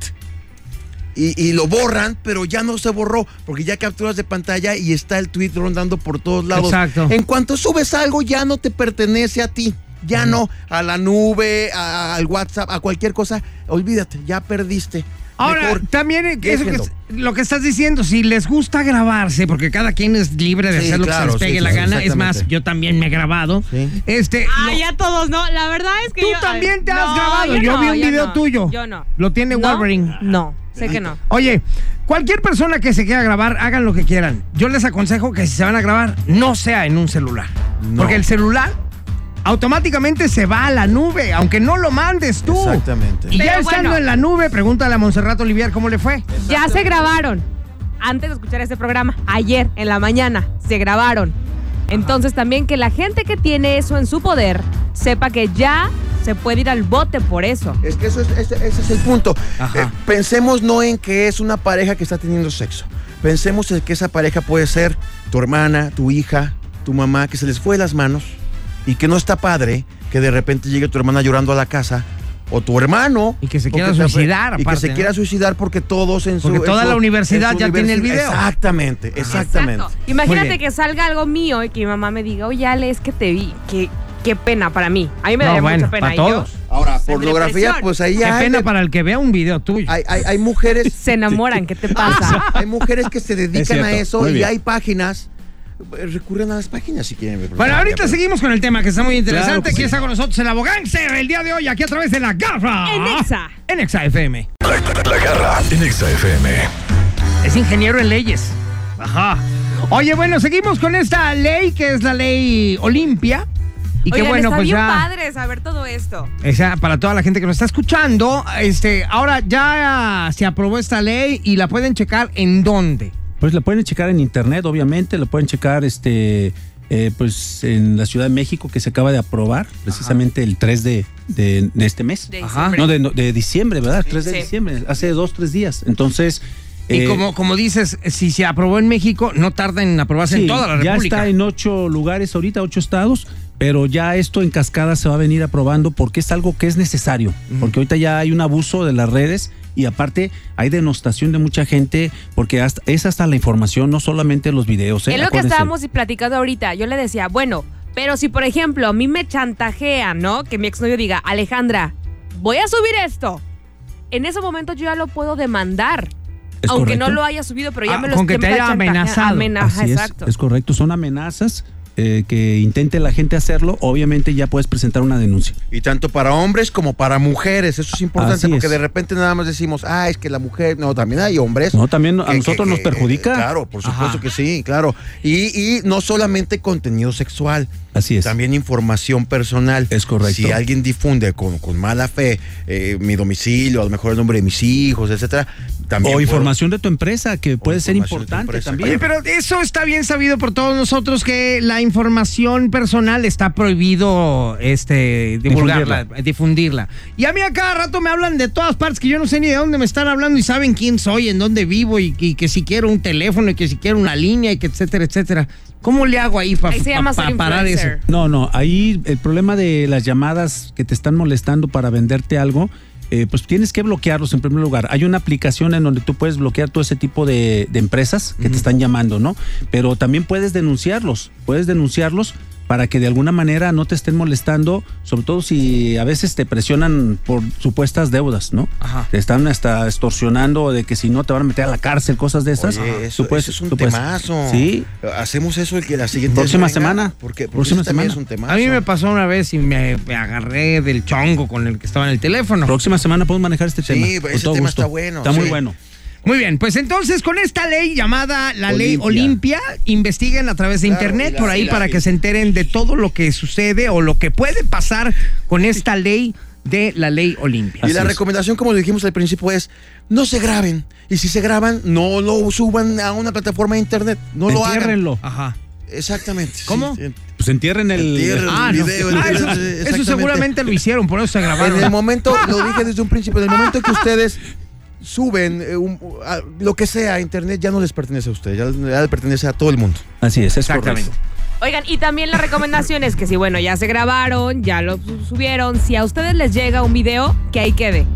Speaker 2: y, y lo borran, pero ya no se borró, porque ya capturas de pantalla y está el tweet rondando por todos lados.
Speaker 1: Exacto.
Speaker 2: En cuanto subes algo, ya no te pertenece a ti. Ya no, a la nube, a- al WhatsApp, a cualquier cosa. Olvídate, ya perdiste.
Speaker 1: Ahora,
Speaker 2: mejor.
Speaker 1: también eh,
Speaker 2: ¿Qué
Speaker 1: eso que,
Speaker 2: haciendo?
Speaker 1: lo que estás diciendo, si les gusta grabarse, porque cada quien es libre de
Speaker 2: Sí,
Speaker 1: hacer lo que
Speaker 2: claro,
Speaker 1: se les
Speaker 2: sí,
Speaker 1: pegue la
Speaker 2: claro,
Speaker 1: gana, es más,
Speaker 2: exactamente.
Speaker 1: yo también me he grabado. Este,
Speaker 4: Ah, ya todos, no. La verdad es que.
Speaker 1: Tú
Speaker 4: yo-
Speaker 1: también te has
Speaker 4: No,
Speaker 1: grabado. Yo
Speaker 4: no,
Speaker 1: vi un
Speaker 4: yo
Speaker 1: video
Speaker 4: no,
Speaker 1: tuyo.
Speaker 4: Yo no.
Speaker 1: Lo tiene
Speaker 4: ¿No?
Speaker 1: Wolverine.
Speaker 4: No, sé que no.
Speaker 1: Oye, cualquier persona que se quiera grabar, hagan lo que quieran. Yo les aconsejo que si se van a grabar, no sea en un celular. Porque el celular automáticamente se va a la nube, aunque no lo mandes tú.
Speaker 2: Exactamente.
Speaker 1: Y ya
Speaker 4: Pero
Speaker 1: estando
Speaker 4: bueno.
Speaker 1: en la nube, pregúntale a Monserrat Olivier cómo le fue.
Speaker 4: Ya se grabaron. Antes de escuchar este programa, ayer en la mañana, se grabaron. Entonces también que la gente que tiene eso en su poder sepa que ya se puede ir al bote por eso.
Speaker 2: Es que eso es, ese, ese es el punto.
Speaker 1: Ajá.
Speaker 2: Eh, pensemos no en que es una pareja que está teniendo sexo. Pensemos en que esa pareja puede ser tu hermana, tu hija, tu mamá, que se les fue de las manos y que no está padre que de repente llegue tu hermana llorando a la casa o tu hermano.
Speaker 1: Y que se
Speaker 2: porque
Speaker 1: quiera
Speaker 2: te-
Speaker 1: suicidar,
Speaker 2: Y que
Speaker 1: aparte,
Speaker 2: se
Speaker 1: ¿no?
Speaker 2: quiera suicidar porque todos en su.
Speaker 1: Porque
Speaker 2: en
Speaker 1: toda
Speaker 2: su-
Speaker 1: la universidad
Speaker 2: en su
Speaker 1: ya tiene el
Speaker 2: universi-
Speaker 1: video.
Speaker 2: Exactamente, exactamente.
Speaker 4: Exacto.
Speaker 1: Muy
Speaker 4: Imagínate
Speaker 1: bien.
Speaker 4: que salga algo mío y que mi mamá me diga, oye Ale, es que te vi. Qué, qué pena para mí. A mí me
Speaker 1: No,
Speaker 4: daría
Speaker 1: bueno,
Speaker 4: mucha pena.
Speaker 1: para
Speaker 4: Y yo-
Speaker 1: todos.
Speaker 2: Ahora,
Speaker 4: Sentí
Speaker 2: pornografía,
Speaker 4: presión.
Speaker 2: pues ahí
Speaker 1: Qué
Speaker 2: hay
Speaker 1: pena
Speaker 2: de-
Speaker 1: para el que vea un video tuyo.
Speaker 2: hay, hay- hay mujeres
Speaker 4: Se enamoran, ¿qué te pasa?
Speaker 2: Hay mujeres que se dedican
Speaker 8: Es cierto,
Speaker 2: a eso
Speaker 8: muy
Speaker 2: y
Speaker 8: bien.
Speaker 2: hay páginas. eh, Recurren a las páginas si quieren ver.
Speaker 1: Bueno,
Speaker 2: pornografía,
Speaker 1: ahorita
Speaker 2: pero-
Speaker 1: seguimos con el tema que está muy interesante.
Speaker 8: Claro que
Speaker 1: Aquí
Speaker 8: sí.
Speaker 1: está con nosotros el abogáncer el día de hoy, aquí a través de la garra.
Speaker 4: En Exa.
Speaker 1: En Exa FM.
Speaker 3: La garra en Exa FM.
Speaker 1: Es ingeniero en leyes. Ajá. Oye, bueno, seguimos con esta ley que es la ley Olimpia. Y qué
Speaker 4: Oigan,
Speaker 1: bueno,
Speaker 4: está
Speaker 1: pues
Speaker 4: bien
Speaker 1: ya.
Speaker 4: padre saber todo esto.
Speaker 1: O sea, para toda la gente que nos está escuchando, este, ahora ya se aprobó esta ley y la pueden checar en dónde.
Speaker 8: Pues la pueden checar en internet, obviamente, la pueden checar este eh, pues en la Ciudad de México que se acaba de aprobar precisamente el 3 de, de- de este mes.
Speaker 4: De
Speaker 1: Ajá.
Speaker 4: diciembre.
Speaker 8: No, de, no, de diciembre, ¿verdad? 3 de
Speaker 4: Sí.
Speaker 8: diciembre, hace dos, tres días. Entonces...
Speaker 1: y
Speaker 8: eh,
Speaker 1: como, como dices, si se aprobó en México, no tarda en aprobarse en
Speaker 8: sí,
Speaker 1: toda la
Speaker 8: ya
Speaker 1: República.
Speaker 8: está en ocho lugares ahorita, ocho estados, pero ya esto en cascada se va a venir aprobando porque es algo que es necesario, porque ahorita ya hay un abuso de las redes y aparte hay denostación de mucha gente porque hasta, es hasta la información, no solamente los videos. ¿eh?
Speaker 4: Es lo que
Speaker 8: Acuérdense.
Speaker 4: estábamos y platicando ahorita. Yo le decía, bueno, pero si por ejemplo a mí me chantajea, ¿no? Que mi exnovio diga, Alejandra, voy a subir esto. En ese momento yo ya lo puedo demandar.
Speaker 8: ¿Es
Speaker 4: Aunque no
Speaker 8: correcto?
Speaker 4: lo haya subido, pero ya
Speaker 1: Ah,
Speaker 4: me lo
Speaker 1: con que
Speaker 4: ya
Speaker 1: te
Speaker 4: me está
Speaker 1: haya
Speaker 4: chantajeando.
Speaker 1: amenazado.
Speaker 4: Amenaja,
Speaker 8: Así es,
Speaker 4: exacto.
Speaker 8: Es, correcto, son amenazas eh, que intente la gente hacerlo, obviamente ya puedes presentar una denuncia.
Speaker 2: Y tanto para hombres como para mujeres. Eso es importante
Speaker 8: Así
Speaker 2: porque
Speaker 8: es.
Speaker 2: de repente nada más decimos, ah, es que la mujer. No, también hay hombres.
Speaker 8: No, también a
Speaker 2: que-
Speaker 8: nosotros
Speaker 2: que-
Speaker 8: nos
Speaker 2: que- eh,
Speaker 8: perjudica.
Speaker 2: Claro, por supuesto
Speaker 1: Ajá.
Speaker 2: que sí, claro. Y, y no solamente contenido sexual.
Speaker 8: Así es.
Speaker 2: También información personal.
Speaker 8: Es correcto.
Speaker 2: Si alguien difunde con, con mala fe eh, mi domicilio, a lo mejor el nombre de mis hijos, etcétera, también.
Speaker 8: o
Speaker 2: puedo-
Speaker 8: información de tu empresa que puede ser
Speaker 2: información de tu
Speaker 8: importante
Speaker 2: empresa.
Speaker 8: también.
Speaker 1: Oye, pero eso está bien sabido por todos nosotros que la información personal está prohibido este, divulgarla, difundirla. Y a mí a cada rato me hablan de todas partes que yo no sé ni de dónde me están hablando y saben quién soy, en dónde vivo y, y que si quiero un teléfono y que si quiero una línea y que etcétera, etcétera. ¿Cómo le hago ahí para
Speaker 4: Ahí se llama ser
Speaker 1: parar eso?
Speaker 4: influencer.
Speaker 8: No, no, ahí el problema de las llamadas que te están molestando para venderte algo, eh, pues tienes que bloquearlos en primer lugar. Hay una aplicación en donde tú puedes bloquear todo ese tipo de, de empresas que te están llamando, ¿no? Pero también puedes denunciarlos, puedes denunciarlos para que de alguna manera no te estén molestando, sobre todo si a veces te presionan por supuestas deudas, ¿no?
Speaker 1: Ajá.
Speaker 8: Te están hasta extorsionando de que si no te van a meter a la cárcel, cosas de esas.
Speaker 2: Oye, eso,
Speaker 8: Tú puedes-
Speaker 2: eso es un
Speaker 8: tú puedes-
Speaker 2: temazo.
Speaker 8: Sí,
Speaker 2: Hacemos eso el que la siguiente
Speaker 8: Próxima
Speaker 2: vez venga,
Speaker 8: semana.
Speaker 2: Porque, porque
Speaker 8: Próxima
Speaker 2: eso también
Speaker 8: semana.
Speaker 2: es un temazo.
Speaker 1: A mí me pasó una vez y me, me agarré del chongo con el que estaba en el teléfono.
Speaker 8: Próxima semana podemos manejar este
Speaker 2: Sí,
Speaker 8: tema.
Speaker 2: ese
Speaker 8: con todo
Speaker 2: tema
Speaker 8: gusto.
Speaker 2: está bueno,
Speaker 8: Está muy
Speaker 2: sí.
Speaker 8: bueno.
Speaker 1: Muy bien, pues entonces con esta ley llamada la ley Olimpia,
Speaker 2: Olimpia.
Speaker 1: investiguen a través de
Speaker 2: Claro,
Speaker 1: internet
Speaker 2: y la-
Speaker 1: por ahí
Speaker 2: y la-
Speaker 1: para que se enteren de todo lo que sucede o lo que puede pasar con esta ley de la ley Olimpia.
Speaker 2: Y la
Speaker 8: Así es.
Speaker 2: recomendación, como lo dijimos al principio, es no se graben. Y si se graban, no lo suban a una plataforma de internet. No lo hagan.
Speaker 8: Entiérrenlo.
Speaker 1: Ajá.
Speaker 2: Exactamente. sí.
Speaker 1: ¿Cómo?
Speaker 2: En-
Speaker 8: Pues entierren el.
Speaker 2: Entierren.
Speaker 8: Ah,
Speaker 1: Ah, no.
Speaker 2: video,
Speaker 1: Ah,
Speaker 2: el-
Speaker 1: eso,
Speaker 2: exactamente.
Speaker 1: eso seguramente lo hicieron, por eso se
Speaker 2: En
Speaker 1: grabaron.
Speaker 2: el momento, lo dije desde un principio, en el momento que ustedes suben eh, un- a- lo que sea a internet, ya no les pertenece a ustedes, ya, ya le pertenece a todo el mundo.
Speaker 8: Así es, es
Speaker 1: Exactamente.
Speaker 8: correcto.
Speaker 4: Oigan, y también la recomendación es que si, bueno, ya se grabaron, ya lo su- subieron, si a ustedes les llega un video, que ahí quede.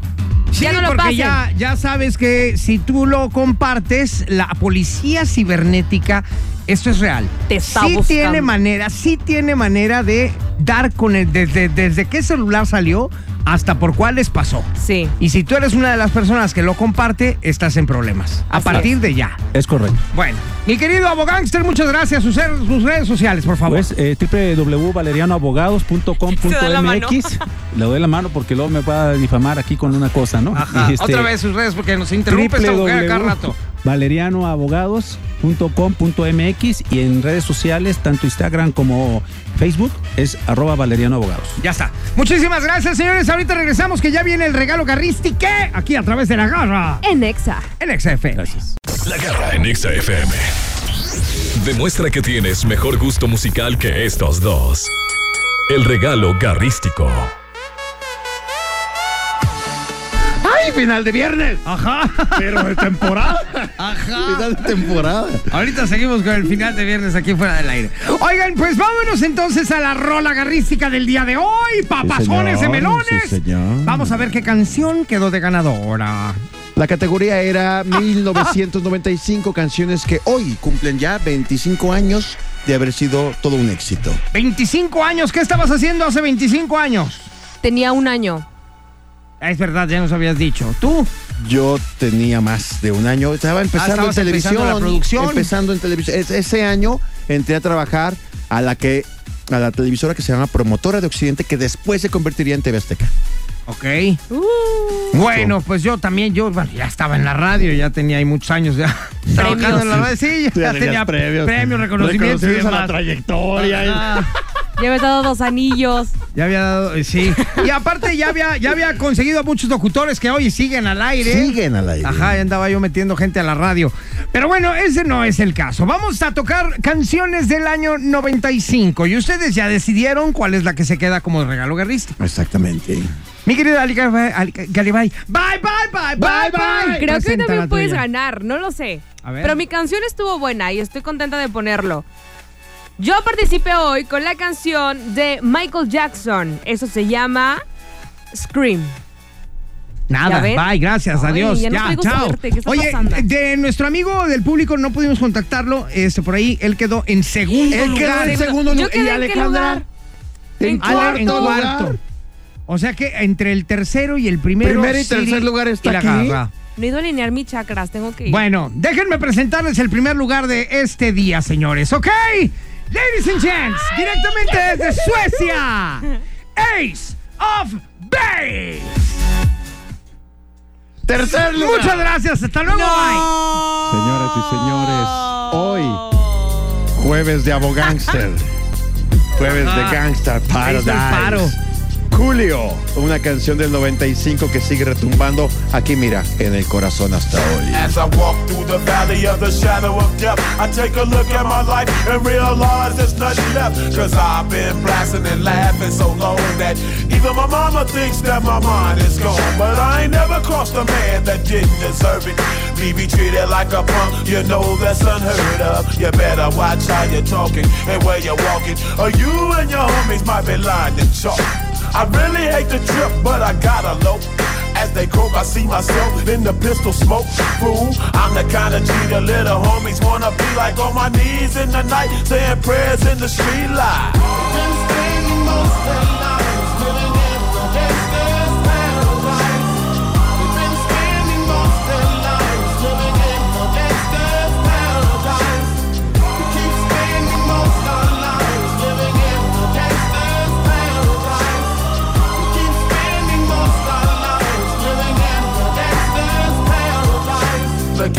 Speaker 1: Sí,
Speaker 4: ya no lo
Speaker 1: porque
Speaker 4: pasen.
Speaker 1: Ya, ya sabes que si tú lo compartes, la policía cibernética, esto es real.
Speaker 4: Te está
Speaker 1: sí
Speaker 4: buscando.
Speaker 1: tiene manera, sí tiene manera de dar con el, desde, desde qué celular salió, hasta por cuál les pasó.
Speaker 4: Sí.
Speaker 1: Y si tú eres una de las personas que lo comparte, estás en problemas. A
Speaker 4: Así
Speaker 1: partir de ya.
Speaker 8: Es correcto.
Speaker 1: Bueno, mi querido abogánster, muchas gracias. Sus, sus redes sociales, por favor.
Speaker 8: Pues eh,
Speaker 4: Se da la mano.
Speaker 8: www.valerianoabogados.com.mx. Le doy la mano porque luego me va a difamar aquí con una cosa, ¿no?
Speaker 1: Ajá.
Speaker 8: Y este,
Speaker 1: Otra vez sus redes porque nos interrumpe esta mujer a cada rato.
Speaker 8: www.valerianoabogados.com.mx y en redes sociales, tanto Instagram como Facebook, es arroba valerianoabogados.
Speaker 1: Ya está. Muchísimas gracias, señores. Ahorita regresamos que ya viene el regalo Garristi que aquí a través de la garra
Speaker 4: En Exa.
Speaker 1: en XF.
Speaker 8: Gracias.
Speaker 3: La garra en Exa FM. Demuestra que tienes mejor gusto musical que estos dos. El regalo garrístico.
Speaker 10: ¡Ay, final de viernes!
Speaker 1: Ajá.
Speaker 10: Pero de temporada.
Speaker 1: Ajá.
Speaker 2: de temporada.
Speaker 1: Ahorita seguimos con el final de viernes aquí fuera del aire. Oigan, pues vámonos entonces a la rola garrística del día de hoy, papazones de
Speaker 2: señor,
Speaker 1: melones.
Speaker 2: sí, señor.
Speaker 1: Vamos a ver qué canción quedó de ganadora.
Speaker 2: La categoría era 1995 canciones que hoy cumplen ya 25 años de haber sido todo un éxito.
Speaker 1: 25 años, ¿qué estabas haciendo hace 25 años?
Speaker 4: Tenía un año.
Speaker 1: Ah, Es verdad, ya nos habías dicho. ¿Tú?
Speaker 2: Yo tenía más de un año, estaba empezando en
Speaker 1: Ah, estabas
Speaker 2: televisión,
Speaker 1: empezando la producción.
Speaker 2: empezando en televisión. Es- ese año entré a trabajar a la que a la televisora que se llama Promotora de Occidente que después se convertiría en TV Azteca.
Speaker 1: Ok.
Speaker 4: Uh,
Speaker 1: Bueno, pues yo también, yo bueno, ya estaba en la radio, ya tenía ahí muchos años ya trabajando en la radio. Sí, ya, tenía premios, reconocimientos y
Speaker 10: Reconocidos a la
Speaker 1: demás.
Speaker 10: trayectoria.
Speaker 1: Ah,
Speaker 4: ya me he dado dos anillos.
Speaker 1: ya había dado, eh, sí. Y aparte ya había, ya había conseguido a muchos locutores que hoy siguen al aire.
Speaker 2: Siguen al aire.
Speaker 1: Ajá, ya andaba yo metiendo gente a la radio. Pero bueno, ese no es el caso. Vamos a tocar canciones del año 95 y ustedes ya decidieron cuál es la que se queda como regalo guerrista.
Speaker 2: Exactamente.
Speaker 1: Mi querida Ali Galibay, Ali Galibay, bye, bye, bye, bye, bye.
Speaker 4: Creo que hoy
Speaker 1: Presenta la
Speaker 4: también puedes
Speaker 1: tuya.
Speaker 4: ganar, no lo sé.
Speaker 1: A ver.
Speaker 4: Pero mi canción estuvo buena y estoy contenta de ponerlo. Yo participé hoy con la canción de Michael Jackson. Eso se llama Scream.
Speaker 1: Nada,
Speaker 4: ¿Ya ves?
Speaker 1: bye, gracias,
Speaker 4: Ay,
Speaker 1: adiós, ya,
Speaker 4: ya no traigo
Speaker 1: chao.
Speaker 4: suerte, ¿qué está
Speaker 1: Oye,
Speaker 4: pasando?
Speaker 1: de nuestro amigo del público no pudimos contactarlo, este por ahí él quedó en segundo
Speaker 2: Él quedó
Speaker 1: lugar.
Speaker 2: en segundo
Speaker 4: Yo
Speaker 2: lu-
Speaker 4: quedé
Speaker 2: y
Speaker 4: en qué
Speaker 2: Alejandra
Speaker 4: lugar. En
Speaker 1: Ale-
Speaker 4: cuarto.
Speaker 1: en cuarto. O sea que entre el tercero y el primero.
Speaker 2: Primero y
Speaker 1: Siri
Speaker 2: tercer lugar está
Speaker 1: la
Speaker 2: aquí.
Speaker 1: garra.
Speaker 4: No he ido a alinear mis chakras, tengo que ir.
Speaker 1: Bueno, déjenme presentarles el primer lugar de este día, señores, ¿ok? Ladies and gents, directamente desde Suecia, Ace of Base.
Speaker 2: Tercer lugar.
Speaker 1: Muchas gracias, hasta luego, bye.
Speaker 2: Señoras y señores, hoy jueves de abogánster. jueves de Gangster
Speaker 1: Ah. hizo el
Speaker 2: Paradise.
Speaker 1: paro.
Speaker 2: Julio, una canción del 95 que sigue retumbando aquí, mira, en el corazón hasta hoy.
Speaker 9: As I walk through the valley of the shadow of death, I take a look at my life and realize there's nothing left. Cause I've been blasting and laughing so long that even my mama thinks that my mind is gone. But I ain't never crossed a man that didn't deserve it. Me be treated like a punk, you know that's unheard of. You better watch how you're talking and where you're walking, or you and your homies might be lying to chalk. I really hate the trip, but I gotta low. As they croak, I see myself in the pistol smoke. Fool, I'm the kind of G the little homies wanna be like on my knees in the night, saying prayers in the street light. Look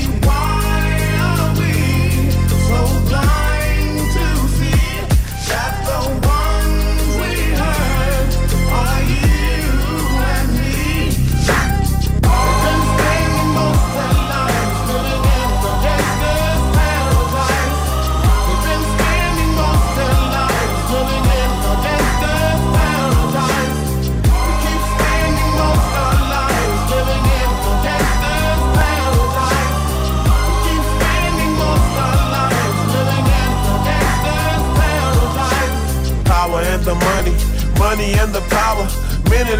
Speaker 9: why are we so blind to see that the ones we hurt are you and me? Been spending most of our lives living in the gangster's paradise. We've been spending money and the power. Minute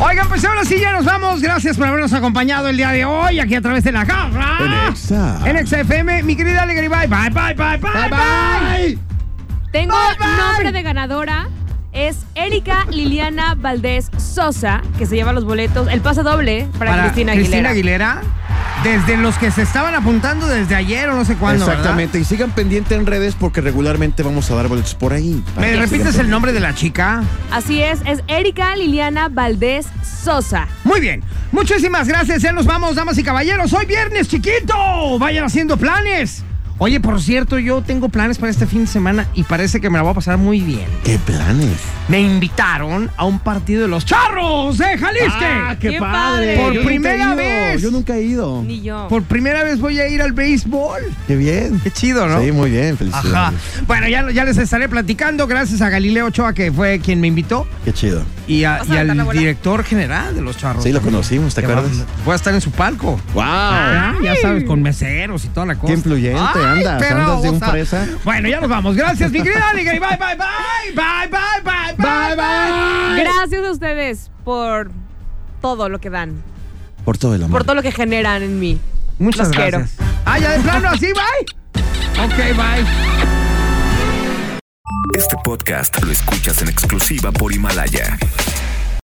Speaker 1: Oigan, pues ahora sí ya nos vamos. Gracias por habernos acompañado el día de hoy aquí a través de la garra. En Exa. FM. Mi querida Alegría, bye, bye, bye, bye, bye, bye.
Speaker 4: Tengo nombre de ganadora. Es Erika Liliana Valdés Sosa, que se lleva los boletos, el pase doble para, Cristina Aguilera.
Speaker 1: Aguilera. Desde los que se estaban apuntando desde ayer o no sé cuándo. ¿verdad?
Speaker 2: Exactamente. Y sigan pendiente en redes porque regularmente vamos a dar boletos por ahí. Para
Speaker 1: ¿Me
Speaker 2: que
Speaker 1: repites
Speaker 2: sigan
Speaker 1: el nombre de la chica?
Speaker 4: Así es, es Erika Liliana Valdés Sosa.
Speaker 1: Muy bien. Muchísimas gracias. Ya nos vamos, damas y caballeros. Hoy viernes, chiquito. Vayan haciendo planes. Oye, por cierto, yo tengo planes para este fin de semana y parece que me la voy a pasar muy bien.
Speaker 2: ¿Qué planes?
Speaker 1: Me invitaron a un partido de los charros de Jalisco.
Speaker 2: Ah, qué Qué padre. padre.
Speaker 1: Por
Speaker 2: Yo nunca he
Speaker 1: primera
Speaker 2: ido,
Speaker 1: vez.
Speaker 2: yo nunca he ido.
Speaker 4: Ni yo.
Speaker 1: Por primera vez voy a ir al béisbol.
Speaker 2: Qué bien.
Speaker 1: Qué chido, ¿no?
Speaker 2: Sí, muy bien. Felicidades.
Speaker 1: Ajá. Bueno, ya, ya les estaré platicando. Gracias a Galileo Ochoa, que fue quien me invitó,
Speaker 2: Qué chido.
Speaker 1: y, a-
Speaker 4: ¿Vas a
Speaker 1: y
Speaker 4: aventar la
Speaker 1: al
Speaker 4: bola?
Speaker 1: director general de los charros.
Speaker 2: Sí, lo conocimos, ¿te
Speaker 1: Que va-
Speaker 2: acuerdas?
Speaker 1: Voy a estar en su palco.
Speaker 2: ¡Wow!
Speaker 1: Ah, ya sabes, con meseros y toda la cosa.
Speaker 2: Qué influyente
Speaker 1: Ay,
Speaker 2: andas,
Speaker 1: pero,
Speaker 2: andas de
Speaker 1: o
Speaker 2: un
Speaker 1: sea,
Speaker 2: fresa.
Speaker 1: Bueno, ya nos vamos. Gracias, mi querida Alegría. Bye, bye, bye. Bye, bye, bye, bye, bye.
Speaker 4: Gracias a ustedes por todo lo que dan,
Speaker 2: Por todo el amor.
Speaker 4: por todo lo que generan en mí.
Speaker 1: Muchas
Speaker 4: Los quiero.
Speaker 1: gracias. Ah, ya de plano, así, bye. Ok, bye.
Speaker 11: Este podcast lo escuchas en exclusiva por Himalaya.